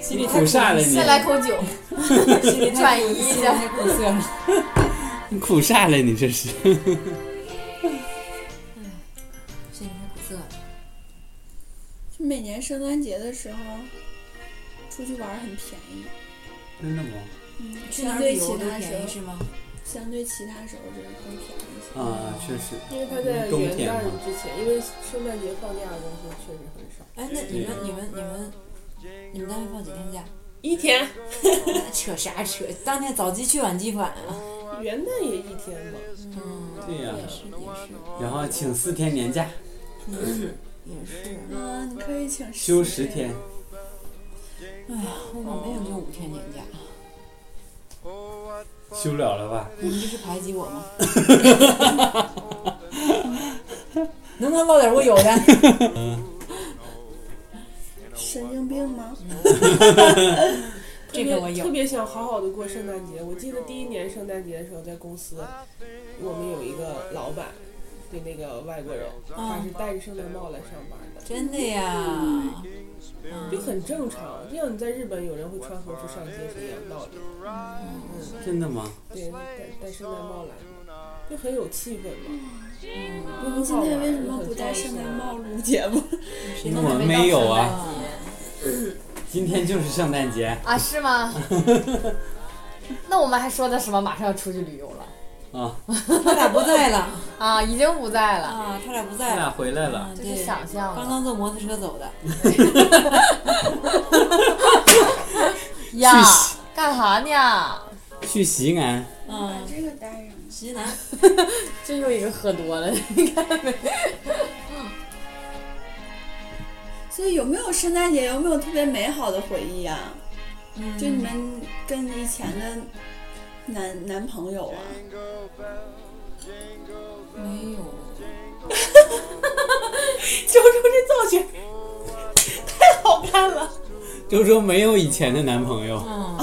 S2: 心
S1: 你
S2: 里
S1: 苦
S2: 太苦
S1: 煞了你
S4: 先，来口酒，
S2: 心里太苦
S4: 转移一
S2: 心里
S4: 下
S2: 太苦涩了。
S1: 你苦煞了你这是。
S2: 心里太苦涩了。
S3: 就每年圣诞节的时候，出去玩儿很便宜，
S1: 真的吗？
S3: 嗯，
S2: 去哪
S3: 相
S2: 儿
S3: 对
S2: 旅
S3: 其
S2: 游都
S3: 他时
S2: 便宜
S3: 候，
S2: 是吗？
S3: 相对其他时候就是更便宜一些。
S1: 啊，确实。
S5: 因为它在
S1: 冬
S5: 元
S1: 天
S5: 旦
S1: 嘛
S5: 之前，因为圣诞节放假的人数确实很少。
S2: 哎，那你们、你们、你们、你们单位放几天假？
S5: 一天，
S2: 扯啥扯？当天早鸡去，晚鸡返啊。
S5: 元旦也一天嘛。
S2: 嗯，
S1: 对呀
S2: 也是也
S1: 然后请四天年假，
S2: 是也是。
S3: 嗯，你可以请十
S1: 休十天。
S2: 哎呀，我老妹也就五天年 假，
S1: 休不了了吧？
S2: 你们这是排挤我吗？ 能不能唠点我有的？
S3: 神经病吗？
S2: 这
S5: 特别
S2: 个我有
S5: 特别想好好的过圣诞节。我记得第一年圣诞节的时候，在公司，我们有一个老板，就那个外国人，他是戴着圣诞帽来上班的，
S2: 真的呀？
S5: 就很正常。就像你在日本，有人会穿和服上街是一样道理。
S1: 真的吗？
S5: 对，戴戴圣诞帽来，就很有气氛嘛。
S3: 我们今天为什么不戴圣诞帽录节目？
S1: 因为我们没有啊。今天就是圣诞节
S4: 啊，是吗？那我们还说的什么马上要出去旅游了
S1: 啊，
S2: 他俩不在了
S4: 啊？已经不在了，
S2: 啊，他俩不
S1: 他
S2: 在了。
S1: 俩回来了
S2: 啊，
S4: 这是
S2: 对，
S4: 想象
S2: 刚
S4: 的
S2: 刚坐摩托车走的。
S4: 呀
S1: 去洗，
S4: 干啥呢？
S1: 去西安。
S2: 嗯，
S3: 啊这个戴上。
S2: 直 男。
S4: 这又一个喝多 了，你看没？
S3: 所以有没有圣诞节？有没有特别美好的回忆啊？
S2: 嗯
S3: 就你们跟以前的男男朋友啊，
S2: 没有。
S1: 周周没有以前的男朋友，
S2: 嗯，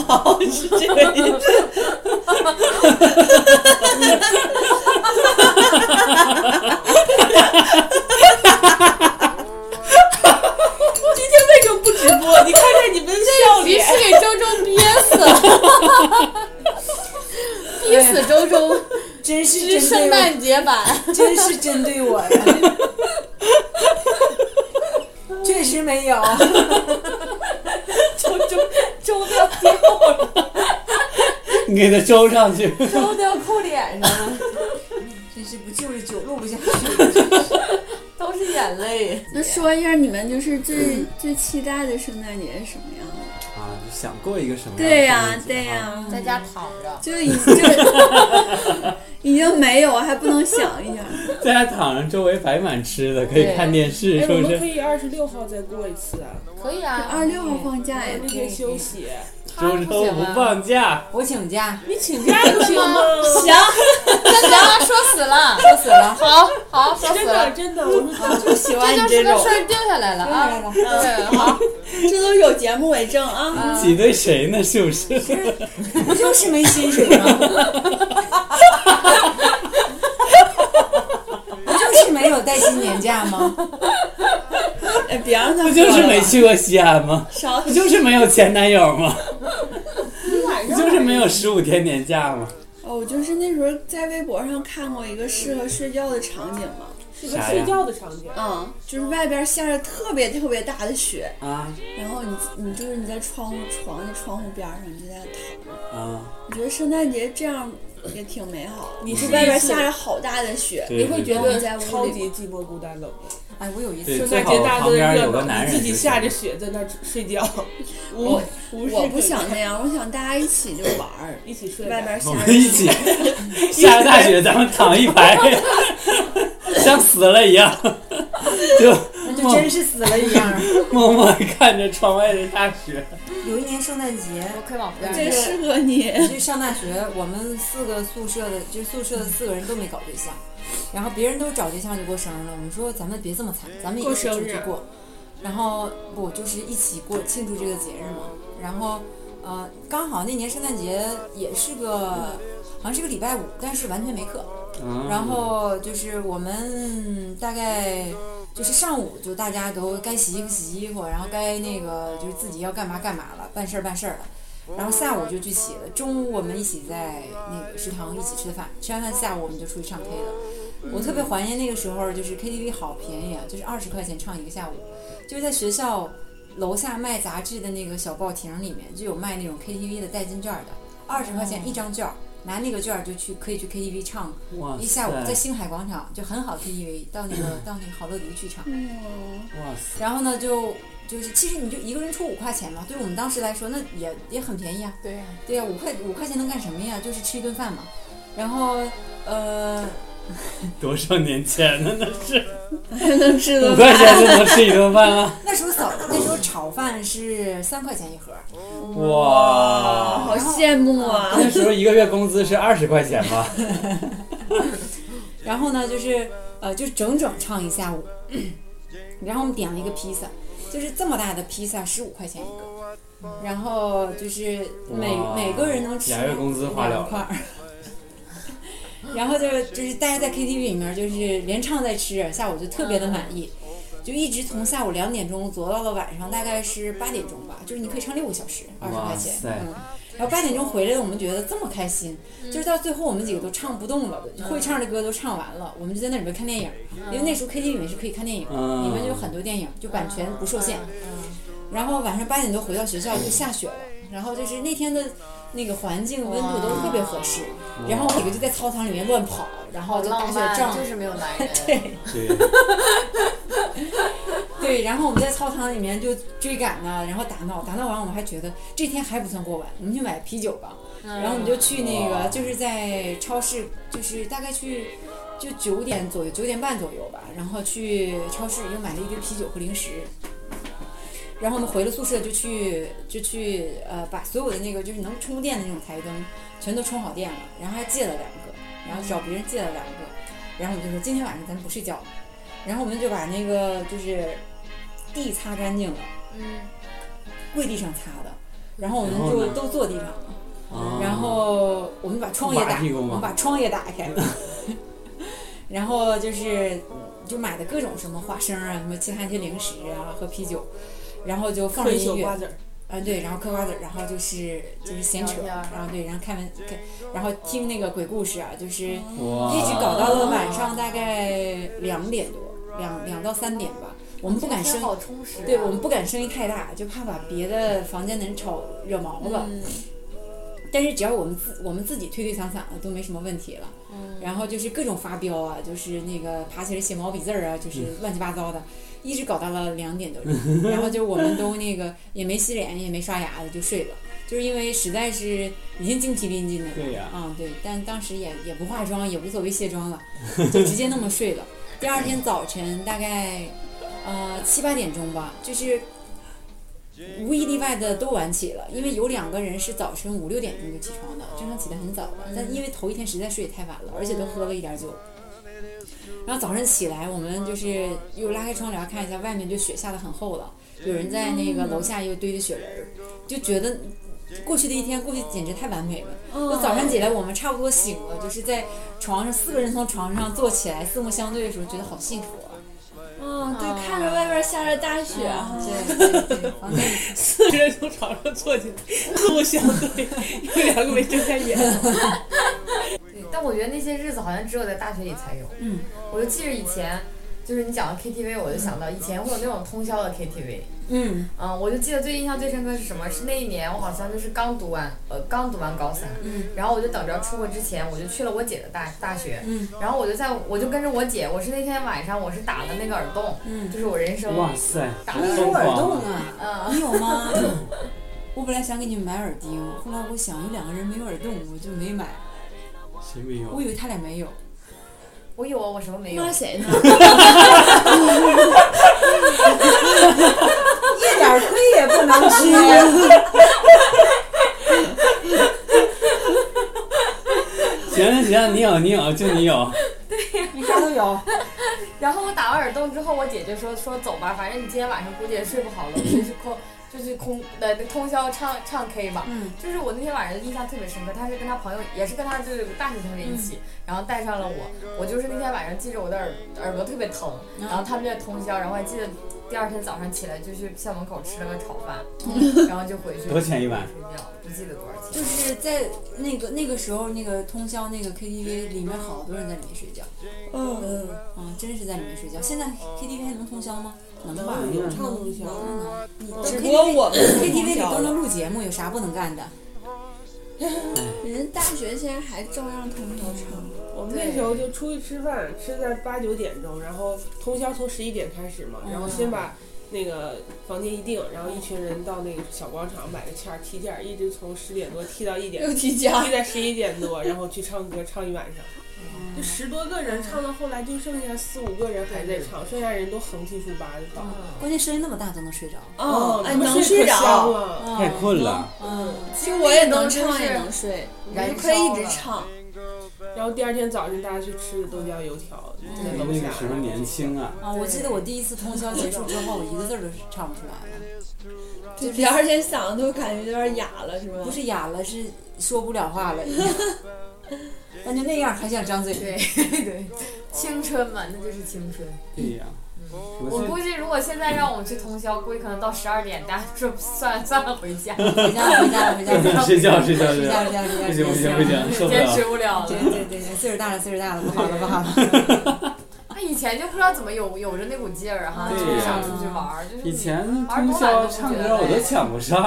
S3: 今天为什么不直 播？你看看你们笑
S4: 必须 给周周憋死了， 逼死周周
S2: 真
S4: 之
S2: 是
S4: 圣
S2: 针对
S4: 诞节版。
S2: 我， 真是针对我 呀。确实没 有，
S4: 周周周都要掉了，
S1: 你给他周上去。
S4: 周都要扣脸 上了，
S2: 真是不就是酒录不下去。
S4: 都是眼泪。
S3: 那说一下你们就是
S1: 嗯
S3: 最、最期待的圣诞节是什么样的？
S1: 啊，就想过一个什么样的
S3: 对呀、
S1: 圣诞节
S3: 对呀、
S1: 啊
S4: 在家躺着，
S3: 就已就 已经没有，啊还不能想一下。
S1: 在家躺着，周围摆满吃的，可以
S4: 对
S1: 看电视，
S5: 哎，
S1: 是
S5: 我
S1: 不
S5: 们
S1: 是
S5: 可？以二十六号再过一次啊，
S4: 可以啊。
S3: 二十六号放假也可以
S5: 那天休息。
S4: 他
S1: 周
S4: 不
S1: 周
S4: 行
S1: 不
S4: 啊，
S1: 放假，
S2: 我请假，
S5: 你请假不行吗？
S3: 行，
S4: 真的啊说死了，
S2: 饿死了。
S4: 好好说死
S5: 真的
S4: 了，哎
S5: 真的，我说
S2: 啊就喜
S4: 这就是个事儿定下来了啊。
S2: 了，
S4: 对，好，
S3: 这都有节目为证啊！
S1: 挤兑谁呢？是不是？
S2: 不就是没薪水 吗？不就是没有带薪年假吗？
S3: 哎，别让他
S1: 不
S3: 喝
S1: 就是没
S3: 了
S1: 去过西安吗？
S3: 少
S1: 不就是没有前男友吗？
S5: 你晚
S1: 不
S5: 上
S1: 就是没有十五天年假吗？
S3: 哦，我就是那时候在微博上看过一个适合睡觉的场景嘛，
S5: 是个睡觉的场景。
S3: 嗯，就是外边下着特别特别大的雪，
S1: 啊
S3: 然后你你就是你在窗户床的窗户边上，你就在躺。
S1: 啊，
S3: 我觉得圣诞节这样也挺美好。
S5: 你是
S3: 外边下着好大的雪，
S1: 对
S2: 你会
S1: 对
S2: 觉
S1: 对
S3: 然后
S2: 得
S3: 你在屋
S5: 超
S3: 里
S5: 级寂寞、孤单、冷的。
S2: 哎，我有一
S1: 对
S2: 次
S5: 圣诞节大家都在
S1: 最好旁边
S5: 热
S1: 有个
S5: 闹，
S1: 男
S5: 你
S1: 人
S5: 自己下着雪在那儿睡觉，无
S3: 我
S5: 无事可
S3: 我
S5: 干，
S3: 不想那样，我想大家一起就玩儿
S5: 一起睡吧。
S3: 外边下
S1: 我
S3: 着
S1: 们 一起下着大雪，咱们躺一排， 像死了一样，就
S2: 就真是死了一样。
S1: 默默地看着窗外的大雪。
S2: 有一年圣诞节，
S4: 我可以往回
S2: 嗯这
S3: 这
S2: 个
S3: 适合你。
S2: 我去上大学，我们四个宿舍的，就宿舍的四个人都没搞对象，然后别人都找对象就过生日了。我们说咱们别这么惨，咱们也一起出去
S3: 过生日
S2: 过，然后不就是一起过庆祝这个节日嘛。然后呃，刚好那年圣诞节也是个，好像是个礼拜五，但是完全没课。
S1: 啊嗯
S2: 然后就是我们大概就是上午就大家都该洗衣服洗衣服，然后该那个就是自己要干嘛干嘛了，办事儿办事儿了。然后下午就聚齐了，中午我们一起在那个食堂一起吃的饭，吃完饭下午我们就出去唱 K 了。我特别怀念那个时候，就是 KTV 好便宜啊，就是二十块钱唱一个下午，就是在学校楼下卖杂志的那个小报亭里面就有卖那种 KTV 的代金券的，二十块钱一张券儿，拿那个券儿就去可以去 KTV 唱
S1: 哇塞
S2: 一下午在星海广场就很好 KTV，到那个到那个好乐迪去唱，
S3: 嗯，
S1: 哇塞，
S2: 然后呢就就是其实你就一个人出五块钱嘛，对我们当时来说那也也很便宜啊，
S4: 对呀、
S2: 对呀、五块五块钱能干什么呀？就是吃一顿饭嘛。然后呃，
S1: 多少年前呢？那是
S3: 还 能吃
S1: 五
S3: 的
S1: 块钱就能吃一顿饭 了，
S2: 那时候早那时候炒饭是三块钱一盒，
S1: 哇！
S3: 好羡慕啊！
S1: 那时候一个月工资是二十块钱吧？
S2: 然后呢，就是呃，就整整唱一下午。 然后我们点了一个披萨，就是这么大的披萨，十五块钱一个。然后就是每
S1: 哇
S2: 每个人能吃
S1: 俩月工资花了
S2: 两块儿。 然后就是就是大家在 KTV 里面就是连唱带吃，下午就特别的满意，就一直从下午两点钟左右到了晚上大概是八点钟吧，就是你可以唱六个小时，二十
S1: 哇
S2: 块钱。嗯
S1: 塞！
S2: 然后八点钟回来，我们觉得这么开心，就是到最后我们几个
S4: 嗯
S2: 都唱不动了，会唱的歌都唱完了，我们就在那里边看电影，
S4: 嗯
S2: 因为那时候 KTV 里面是可以看电影，
S1: 嗯
S2: 里面就有很多电影，就版权不受限。
S4: 嗯
S2: 嗯然后晚上八点多回到学校就下雪了，然后就是那天的那个环境温度都特别合适，然后我们几个就在操场里面乱跑，然后
S4: 好
S2: 就打
S4: 浪
S2: 雪
S4: 漫，
S2: 仗
S4: 就，是没有男人。
S2: 对
S1: 对，
S2: 对，然后我们在操场里面就追赶呐，然后打闹，打闹完我们还觉得这天还不算过晚，我们去买啤酒吧。
S4: 嗯
S2: 然后我们就去那
S1: 哇
S2: 个，就是在超市，就是大概去就九点左右，九点半左右吧，然后去超市又买了一堆啤酒和零食。然后我们回了宿舍就去就去呃把所有的那个就是能充电的那种台灯全都充好电了，然后还借了两个，然后找别人借了两个，然后我们就说今天晚上咱们不睡觉了，然后我们就把那个就是地擦干净了，
S4: 嗯，
S2: 跪地上擦的，然后我们
S1: 然后
S2: 就
S1: 呢
S2: 都坐地上了。
S1: 啊
S2: 然后我们把窗也打，
S1: 麻痹过
S2: 我
S1: 吗
S2: 们把窗也打开， 然后就是就买的各种什么花生啊，什么其他一些零食啊和啤酒，然后就放着
S5: 嗑一
S2: 音
S5: 宿
S2: 乐
S5: 瓜
S2: 啊
S5: 子儿，
S2: 对，然后嗑瓜子儿，然后就是就是闲扯，
S4: 聊天儿
S2: 然后对，然后看完看，然后听那个鬼故事啊，就是一
S1: 哇，
S2: 直搞到了晚上大概两点多，两两到三点吧，我们不敢
S4: 这
S2: 声
S4: 好充实、啊。
S2: 对我们不敢声音太大，就怕把别的房间的人吵惹毛了。但是只要我们自我们自己推推搡搡的都没什么问题了。然后就是各种发飙啊，就是那个爬起来写毛笔字儿啊，就是乱七八糟的，一直搞到了两点多钟。然后就我们都那个也没洗脸，也没刷牙的就睡了，就是因为实在是已经精疲力尽了。
S1: 对呀
S2: 啊，对，但当时也也不化妆，也无所谓卸妆了， 就直接那么睡了。第二天早晨大概呃七八点钟吧，就是无一例外的都晚起了，因为有两个人是早晨五六点钟就起床的，正常起得很早的，但因为头一天实在睡得太晚了，而且都喝了一点酒。然后早上起来，我们就是又拉开窗帘看一下，外面就雪下得很厚了，有人在那个楼下又堆着雪人儿，就觉得过去的一天过去简直太完美了。就早上起来，我们差不多醒了，就是在床上四个人从床上坐起来，四目相对的时候，觉得好幸福啊！
S3: 嗯，对，看着外边下着大雪，啊
S2: 对对对，房间里
S5: 四人从床上坐起来，四目相对，有两个没睁开眼。
S4: 对，但但我觉得那些日子好像只有在大学里才有。
S2: 嗯，
S4: 我就记着以前，就是你讲的 KTV，我就想到以前会有那种通宵的 KTV。
S2: 嗯
S4: 嗯，我就记得最印象最深刻是什么？是那一年我好像就是刚读完，呃，刚读完高三，
S2: 嗯
S4: 然后我就等着出国之前，我就去了我姐的大大学，
S2: 嗯
S4: 然后我就在我就跟着我姐，我是那天晚上我是打的那个耳洞，
S2: 嗯，
S4: 就是我人生
S1: 哇塞，
S4: 打
S2: 你
S4: 的
S1: 疯
S2: 有耳洞
S1: 狂！
S2: 啊？
S4: 嗯，
S2: 你有 吗？我本来想给你们买耳钉，后来我想有两个人没有耳洞，我就没买。
S1: 谁没有
S2: 我？以为他俩 没有，
S4: 我有啊，我什么没有
S3: 骂？谁呢？
S2: 一点亏也不能吃。
S1: 行了行了，你有你有，就你 有。
S2: 你啥都有，
S4: 然后我打完耳洞之后，我姐就说说走吧，反正你今天晚上估计也睡不 好了，我就去空就去空呃通宵唱唱 K 吧。
S2: 嗯，
S4: 就是我那天晚上印象特别深刻，他是跟他朋友，也是跟他就是大学同学一起，
S2: 嗯
S4: 然后带上了我。我就是那天晚上记着我的耳耳朵特别疼，
S2: 嗯
S4: 然后他们在通宵，然后还记得第二天早上起来就去校门口吃了个炒 饭，然后就回去
S1: 多少钱一碗
S4: 睡觉，不记得多少 钱
S2: 就。是在那个那个时候，那个通宵那个 KTV 里面，好多人在里面睡觉。嗯啊，真是在里面睡觉。现在 KTV 还能通宵吗？能吧？
S5: 啊有唱通宵，
S2: 你
S5: 嗯
S2: 这
S3: 只
S2: KTV
S3: 不过我们
S2: KTV 里都
S1: 嗯
S2: 能录节目，有啥不能干的？
S3: 人大学现在还照样通宵唱，
S5: 我们那时候就出去吃饭，吃在八九点钟，然后通宵从十一点开始嘛，然后先把那个房间一定，然后一群人到那个小广场买个签儿踢毽儿，一直从十点多踢到一 点，
S3: 又提家
S5: 踢。在十一点多，然后去唱歌唱一晚上。就十多个人唱到后来，就剩下四五个人还在唱，剩下人都横七竖八的倒。
S2: 关键声音那么大都能睡着。
S5: 哦，
S3: 哎，
S5: 你们
S3: 能睡
S5: 睡啊可香
S3: 着。
S5: 了。
S1: 太困了，
S2: 嗯，
S3: 其实我也能唱，也能睡，我
S4: 燃
S3: 就
S4: 烧
S3: 可以一直
S4: 了
S3: 唱。
S5: 然后第二天早上大家去吃的豆浆油条，在
S1: 那
S5: 楼
S1: 个
S5: 下。
S1: 时候年轻啊，
S2: 啊，我记得我第一次通宵结束之后，我一个字儿都唱不出来了，
S3: 就第二天嗓子都感觉有点哑了，是吗？
S2: 不，是哑了，是说不了话了，已经但就那样还想张嘴。
S4: 对对，青春嘛，那就是青春。
S1: 对呀。
S4: 我
S1: 我
S4: 估计如果现在让我们去通宵，估计可能到十二点，大家说算了 算了，回家，
S2: 回家回家回家回
S1: 是
S2: 家
S1: 睡觉睡觉
S2: 回
S1: 睡
S2: 家
S1: 觉，
S2: 回家回家。
S1: 不行不行不行，受不
S4: 坚
S1: 了。
S4: 持不了
S2: 对
S4: 了。
S2: 对对对，岁数大了，岁数大了，不好了，不好了。
S4: 那以前就不知道怎么有有着那股劲儿哈，
S1: 对
S4: 就是想
S1: 呀
S4: 出去玩儿，就是
S1: 以前
S4: 玩
S1: 通
S4: 多晚
S1: 宵
S4: 都不
S1: 唱
S4: 觉
S1: 歌
S4: 得
S1: 我都
S4: 累。
S1: 抢不上，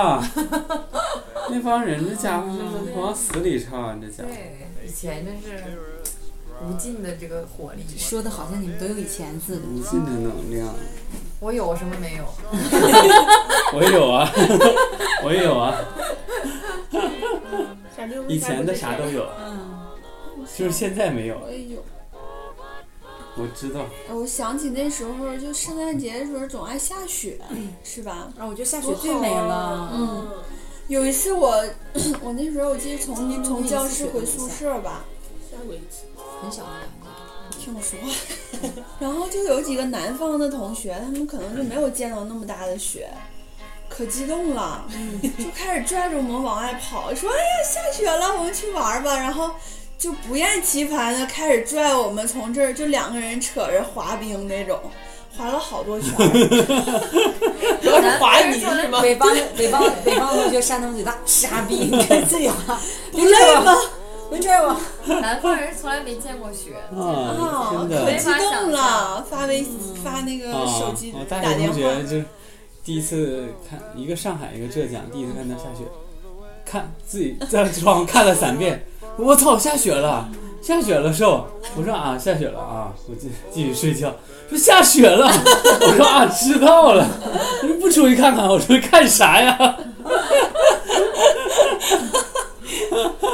S1: 那帮人这家伙就是往死里唱，啊这家伙。
S4: 对，以前真是无尽的这个活力。
S2: 说的好像你们都有以前似的。
S1: 无尽的能量，
S4: 我有什么没有？
S1: 我有啊， 我有啊，
S5: 傻妞
S1: 以前的啥都有，
S2: 嗯，
S1: 就是现在没有。
S3: 我也有。
S1: 我知道，啊
S3: 哎我想起那时候，就圣诞节的时候总爱下雪，是吧？
S2: 啊，我觉得下雪最美了。
S3: 嗯，有一次我， 我那时候我记得从从教室回宿舍吧，
S5: 下过一次，
S2: 很小的感觉。
S3: 听我说话， 然后就有几个南方的同学，他们可能就没有见到那么大的雪，可激动了，就开始拽着我们往外跑，说：“哎呀，下雪了，我们去玩儿吧。”然后就不厌其烦的开始拽我们从这儿，就两个人扯着滑冰那种，滑了好多圈儿。
S5: 主要是滑泥
S4: 男孩
S5: 是
S4: 儿
S5: 吗？
S2: 北方北方北方同学，山东嘴大， 傻逼，你看自己啊，不
S3: 累吗？
S2: 轮拽我，
S4: 南方人从来没见过雪，
S1: 啊，
S3: 啊，
S4: 哦
S1: 真
S3: 可
S1: 的
S3: 激动了，发微发那个
S1: 啊！
S3: 呃手机
S1: 我大
S3: 打
S1: 学
S3: 电
S1: 同
S3: 话，
S1: 学就第一次看一个上海，一个浙江，第一次看他下雪，看自己在窗户看了三遍，我操，下雪了，下雪了，瘦，我说啊，下雪了啊，我继继续睡觉，说下雪了，我说啊，知道了，我说不出去看看，我说看啥呀？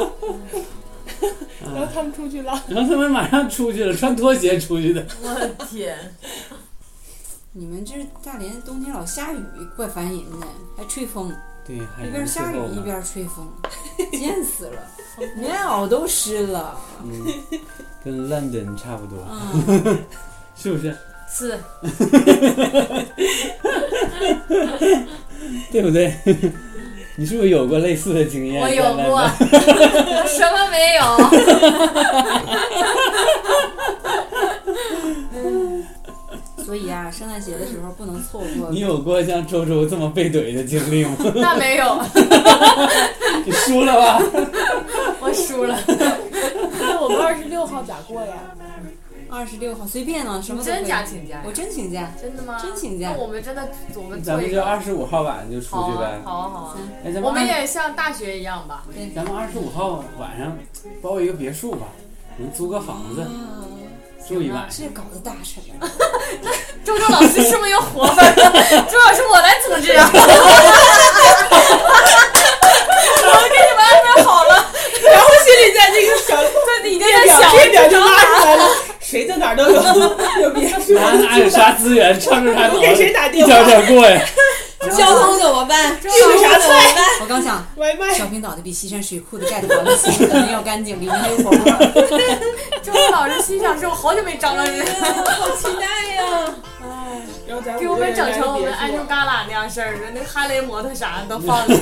S5: 然后他们出去了。
S1: 然后他们马上出去了，穿拖鞋出去的，
S4: 我的天！
S2: 你们这大连冬天老下雨，怪烦人的，还吹风，
S1: 对，还
S2: 一
S1: 能最
S2: 边
S1: 后
S2: 下雨一
S1: 呢。
S2: 边哎吹风，啊 贱死了，棉袄都湿了。
S1: 嗯， 跟 London 差不多，
S2: 嗯，
S1: 是不是？
S4: 是，
S1: 对不对？ 你是不是有过类似的经验？
S4: 我有
S1: 在
S4: 过
S1: London，
S4: 什么没有？
S2: 所以啊，圣诞节的时候不能错过
S1: 你。有过像周周这么被怼的经 历吗？
S4: 那没有，
S1: 你输了吧？
S4: 我输了。
S5: 那我我们二十六号咋过 呀？
S2: 二十六号随便啊，什么都可以
S4: 真假请假呀
S2: 我真请假，
S4: 真的吗？
S2: 真请假
S4: 那我们真的，我们
S1: 咱
S4: 做
S1: 们
S4: 一
S1: 就
S4: 个
S1: 二十五号晚就出
S4: 好
S1: 去呗
S4: 啊，。好啊，好啊。
S1: 哎，咱
S4: 我
S1: 们
S4: 们
S1: 二
S4: 也像大学一样吧，
S1: 咱们二十五号晚上包一个别墅吧，我们租个房
S4: 啊
S1: 子住一晚上。
S2: 这搞得大什么？
S4: 周周老师是不是又活泛 了？周周老师，我来组织 啊！我给你们安排好 了，
S5: 然后心里在这个 想，
S4: 对，你已经
S5: 这
S4: 在
S5: 点
S4: 想
S5: 这点就拉出来了，谁在哪儿都有，有 别墅
S1: 哪哪有啥资源，唱出啥
S5: 不
S1: 脑
S5: 给谁打
S1: 一
S5: 电话
S1: 点，点过 呀。
S3: 交通怎么办？
S5: 这有啥菜？
S2: 我刚想，
S5: 外卖。
S2: 小平倒的比西山水库的盖的房子可能要干净，里面还有火锅。
S4: 周周老师心想：这我好久没张 罗人，
S3: 好期待呀！
S5: 然后咱
S4: 给我们整成我们
S5: 安
S4: 安丘旮旯那样式儿的，那哈雷摩托啥的都 放里。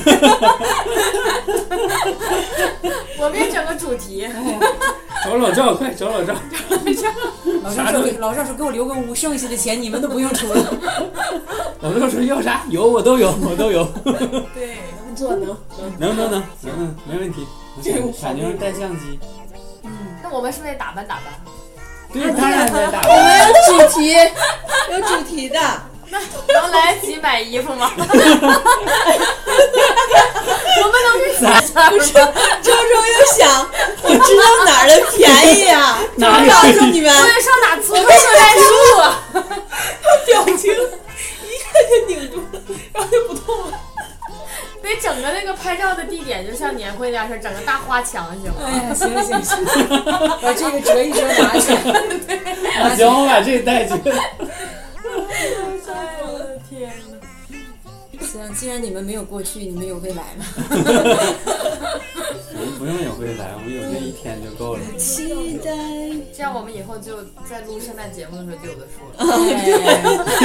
S4: 我们也整个主题，
S1: 找老赵，快找 老赵！
S2: 老赵说给，老赵说给我留个屋，剩下的钱你们都不用出了。
S1: 老赵说要啥有我都有，我都有。
S4: 对，
S5: 能做能 能，
S1: 能能能能能，没问题。傻妞带相机，
S4: 那我们是不是得打扮打扮？
S1: 对，当然得打扮。
S3: 我们有主题，有主题的。
S4: 能来得及买衣服 吗？我们能去买啥
S3: 不是，周周又想，我知道哪儿的便宜啊！
S1: 哪里
S3: 告诉你们，
S4: 对，上哪租个圣诞树啊？
S5: 表情一下就拧住了，然后就不动了。
S4: 得整个那个拍照的地点，就像年会那样式儿，整个大花墙行吗？
S2: 哎呀，行了行了行了，把这个折一折拿出来。
S1: 啊行，我把这个带去。
S4: 哎我的天哪！
S2: 行，既然你们没有过去，你们有未来吗？
S1: 我们不用有未来，我们有这一天就够了。
S3: 期待
S4: 这样我们以后就在录圣诞节目的时候就有的说了。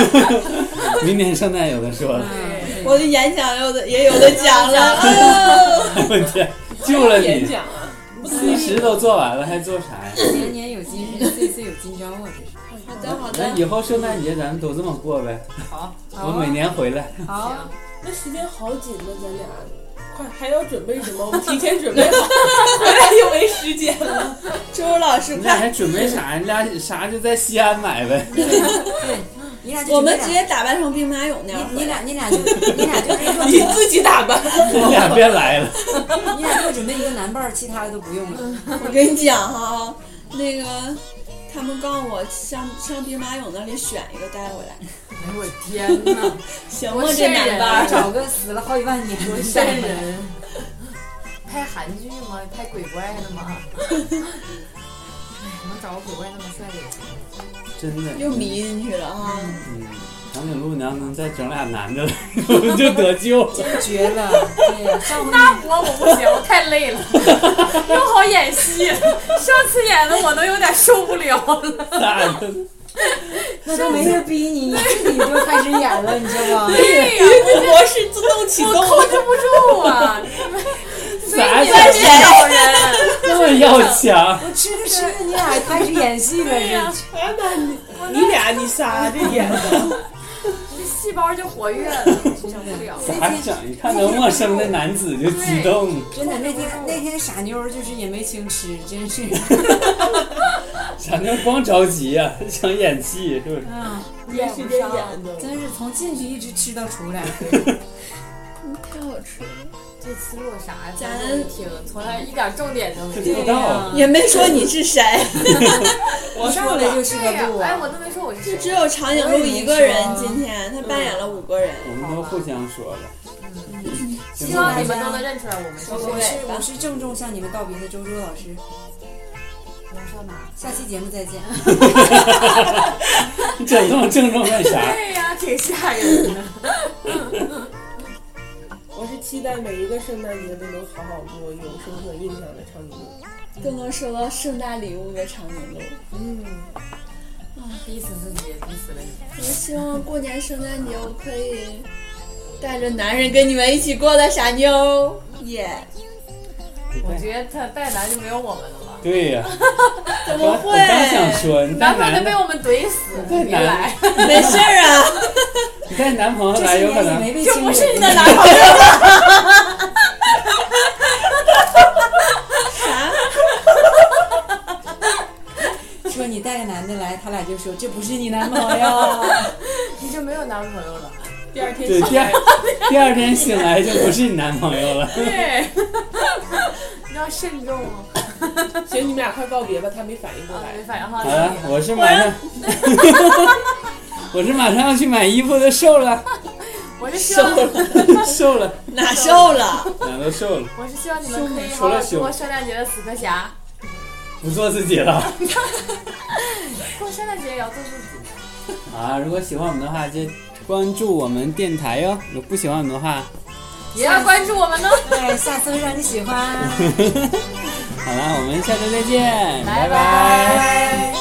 S1: 明年圣诞有的说了，
S2: 哎
S4: 对，
S3: 我的演讲有的也有的讲了，哦
S1: 我天，救了
S5: 演
S1: 你
S5: 讲啊，
S1: ！C 十都做完了，还做啥呀？
S2: 年年有今日，岁岁有今朝，我这是。
S3: 好的好
S1: 那
S3: 的，
S1: 以后圣诞节咱们都这么过呗。
S4: 好，
S1: 我每年回来，
S2: 好，
S5: 那时间好紧呐，咱俩。快，还要准备什么？我们提前准备好， 回来就没时间了。
S3: 周周老师
S1: 你俩
S3: 快，
S1: 还准备啥？你俩啥就在西安买 呗。
S2: 你俩就
S3: 我们
S2: 你
S3: 直
S2: 俩
S3: 接打扮成兵马俑那样
S2: 你你俩你俩就你俩就这
S5: 你
S2: 个。
S5: 自己打 扮。
S1: 你俩别来了，
S2: 你俩给我准备一个男伴儿，其他的都不用了。
S3: 我跟你讲哈，那个他们告诉我上上兵马俑那里选一个带回来，
S4: 哎我天哪，
S3: 行吗
S4: 多？
S3: 这
S4: 瘆
S3: 男
S4: 人
S3: 伴儿，
S4: 啊
S2: 找个死了好几万年
S4: 多
S2: 的
S4: 瘆
S2: 善人，
S4: 人！拍韩剧吗？拍鬼怪的吗？ 哎，能找个鬼怪那么帅的人？
S1: 真的。
S3: 又迷进去了啊哈。
S1: 嗯，长颈鹿，你要能再整俩男的来， 我们就得救 了。
S2: 真绝了！对呀，上回你
S4: 我我不行，我太累 了，又好演戏。上次演的我都有点受不了了。
S1: 咋的？
S2: 那都没人逼你，你自己就开始演了，你知道吗？
S4: 对呀、
S5: 模式自动启
S4: 我控制不住 啊！所以
S1: 咋
S4: 你
S1: 的？
S4: 们这种人，
S1: 那么要强？
S2: 我 吃着吃着，你俩开始演戏了，
S4: 对呀、
S2: 这
S5: 哎妈，你你俩你仨这演的，
S4: 你这细胞就活跃了，受不了。
S1: 咋整？一看到陌生的男子就激动。
S2: 真的那天那天傻妞儿就是也没轻吃，真 是。
S1: 傻妞光着急呀、 想演戏是不是？
S2: 啊，
S5: 没时间演的。
S2: 真是从进去一直吃到出 来。
S3: 太嗯好吃了，
S4: 这思路啥呀？
S3: 咱
S4: 一听，从来一点重点都没
S1: 知
S4: 有。
S1: 道
S3: 也没说你是谁，
S5: 我
S2: 上来就是
S4: 对
S2: 个
S4: 呀、
S2: 路
S4: 哎，
S2: 啊！
S4: 我都没说我是
S3: 就只
S4: 谁。
S3: 有长颈鹿一个人。今天他扮演了五个人，
S1: 我们都互相说了。行
S4: 希
S1: 吧
S4: 望你们都能认出来我们是谁。
S2: 我是我是郑重向你们告别的周周老师，
S4: 能说哪？
S2: 下期节目再 见。
S1: 你整这么郑重干啥？
S4: 对呀、挺吓人的。
S5: 我是期待每一个圣诞节都能好好过，有深刻印象的长颈鹿。
S3: 更能收到盛大礼物的长颈鹿。
S4: 逼死自己，逼死了你。
S3: 我希望过年圣诞节我可以带着男人跟你们一起过的傻妞，耶、
S4: 我觉得他带男就没有我们了吧？
S1: 对呀、
S3: 怎
S1: 我
S3: 么
S1: 我刚想
S3: 会？
S1: 说，你带
S4: 男朋友
S1: 男
S4: 都被我们怼死，
S1: 对
S4: 别来，
S3: 没事儿啊，
S1: 你带男朋友
S2: 这
S1: 来，
S2: 些
S1: 有可
S2: 年也
S1: 能
S2: 没被
S3: 这
S2: 轻
S3: 不
S2: 过
S3: 是你的男朋友吧？啥？
S2: 来就说这不是你男朋 友，
S4: 你就没有男朋 友了。
S5: 第二天
S1: 对，
S5: 起
S1: 第二
S5: 来，
S1: 第二天醒来就不是你男朋友了。
S4: 对，你要慎重哦。
S5: 行，你们俩快告别吧，他没反应过
S4: 啊，
S5: 来
S4: 没。反应哈
S1: 好。了，我是马上，我是马上要去买衣服的，瘦了，
S4: 我是希
S1: 瘦
S4: 望，
S1: 了，瘦了，
S3: 哪瘦了？
S1: 哪都瘦了，
S4: 我是希望你们可以
S1: 除
S4: 好
S1: 了
S4: 好
S1: 胸
S4: 过圣诞节的死磕侠。
S1: 不做自己了
S4: 过圣诞节也要做自己。
S1: 啊！如果喜欢我们的话，就关注我们电台哟；如果不喜欢我们的话，
S4: 也要关注我们哦。
S2: 对，哎下次会让你喜欢。
S1: 好了，我们下周再见，拜
S4: 拜
S1: 拜
S4: 拜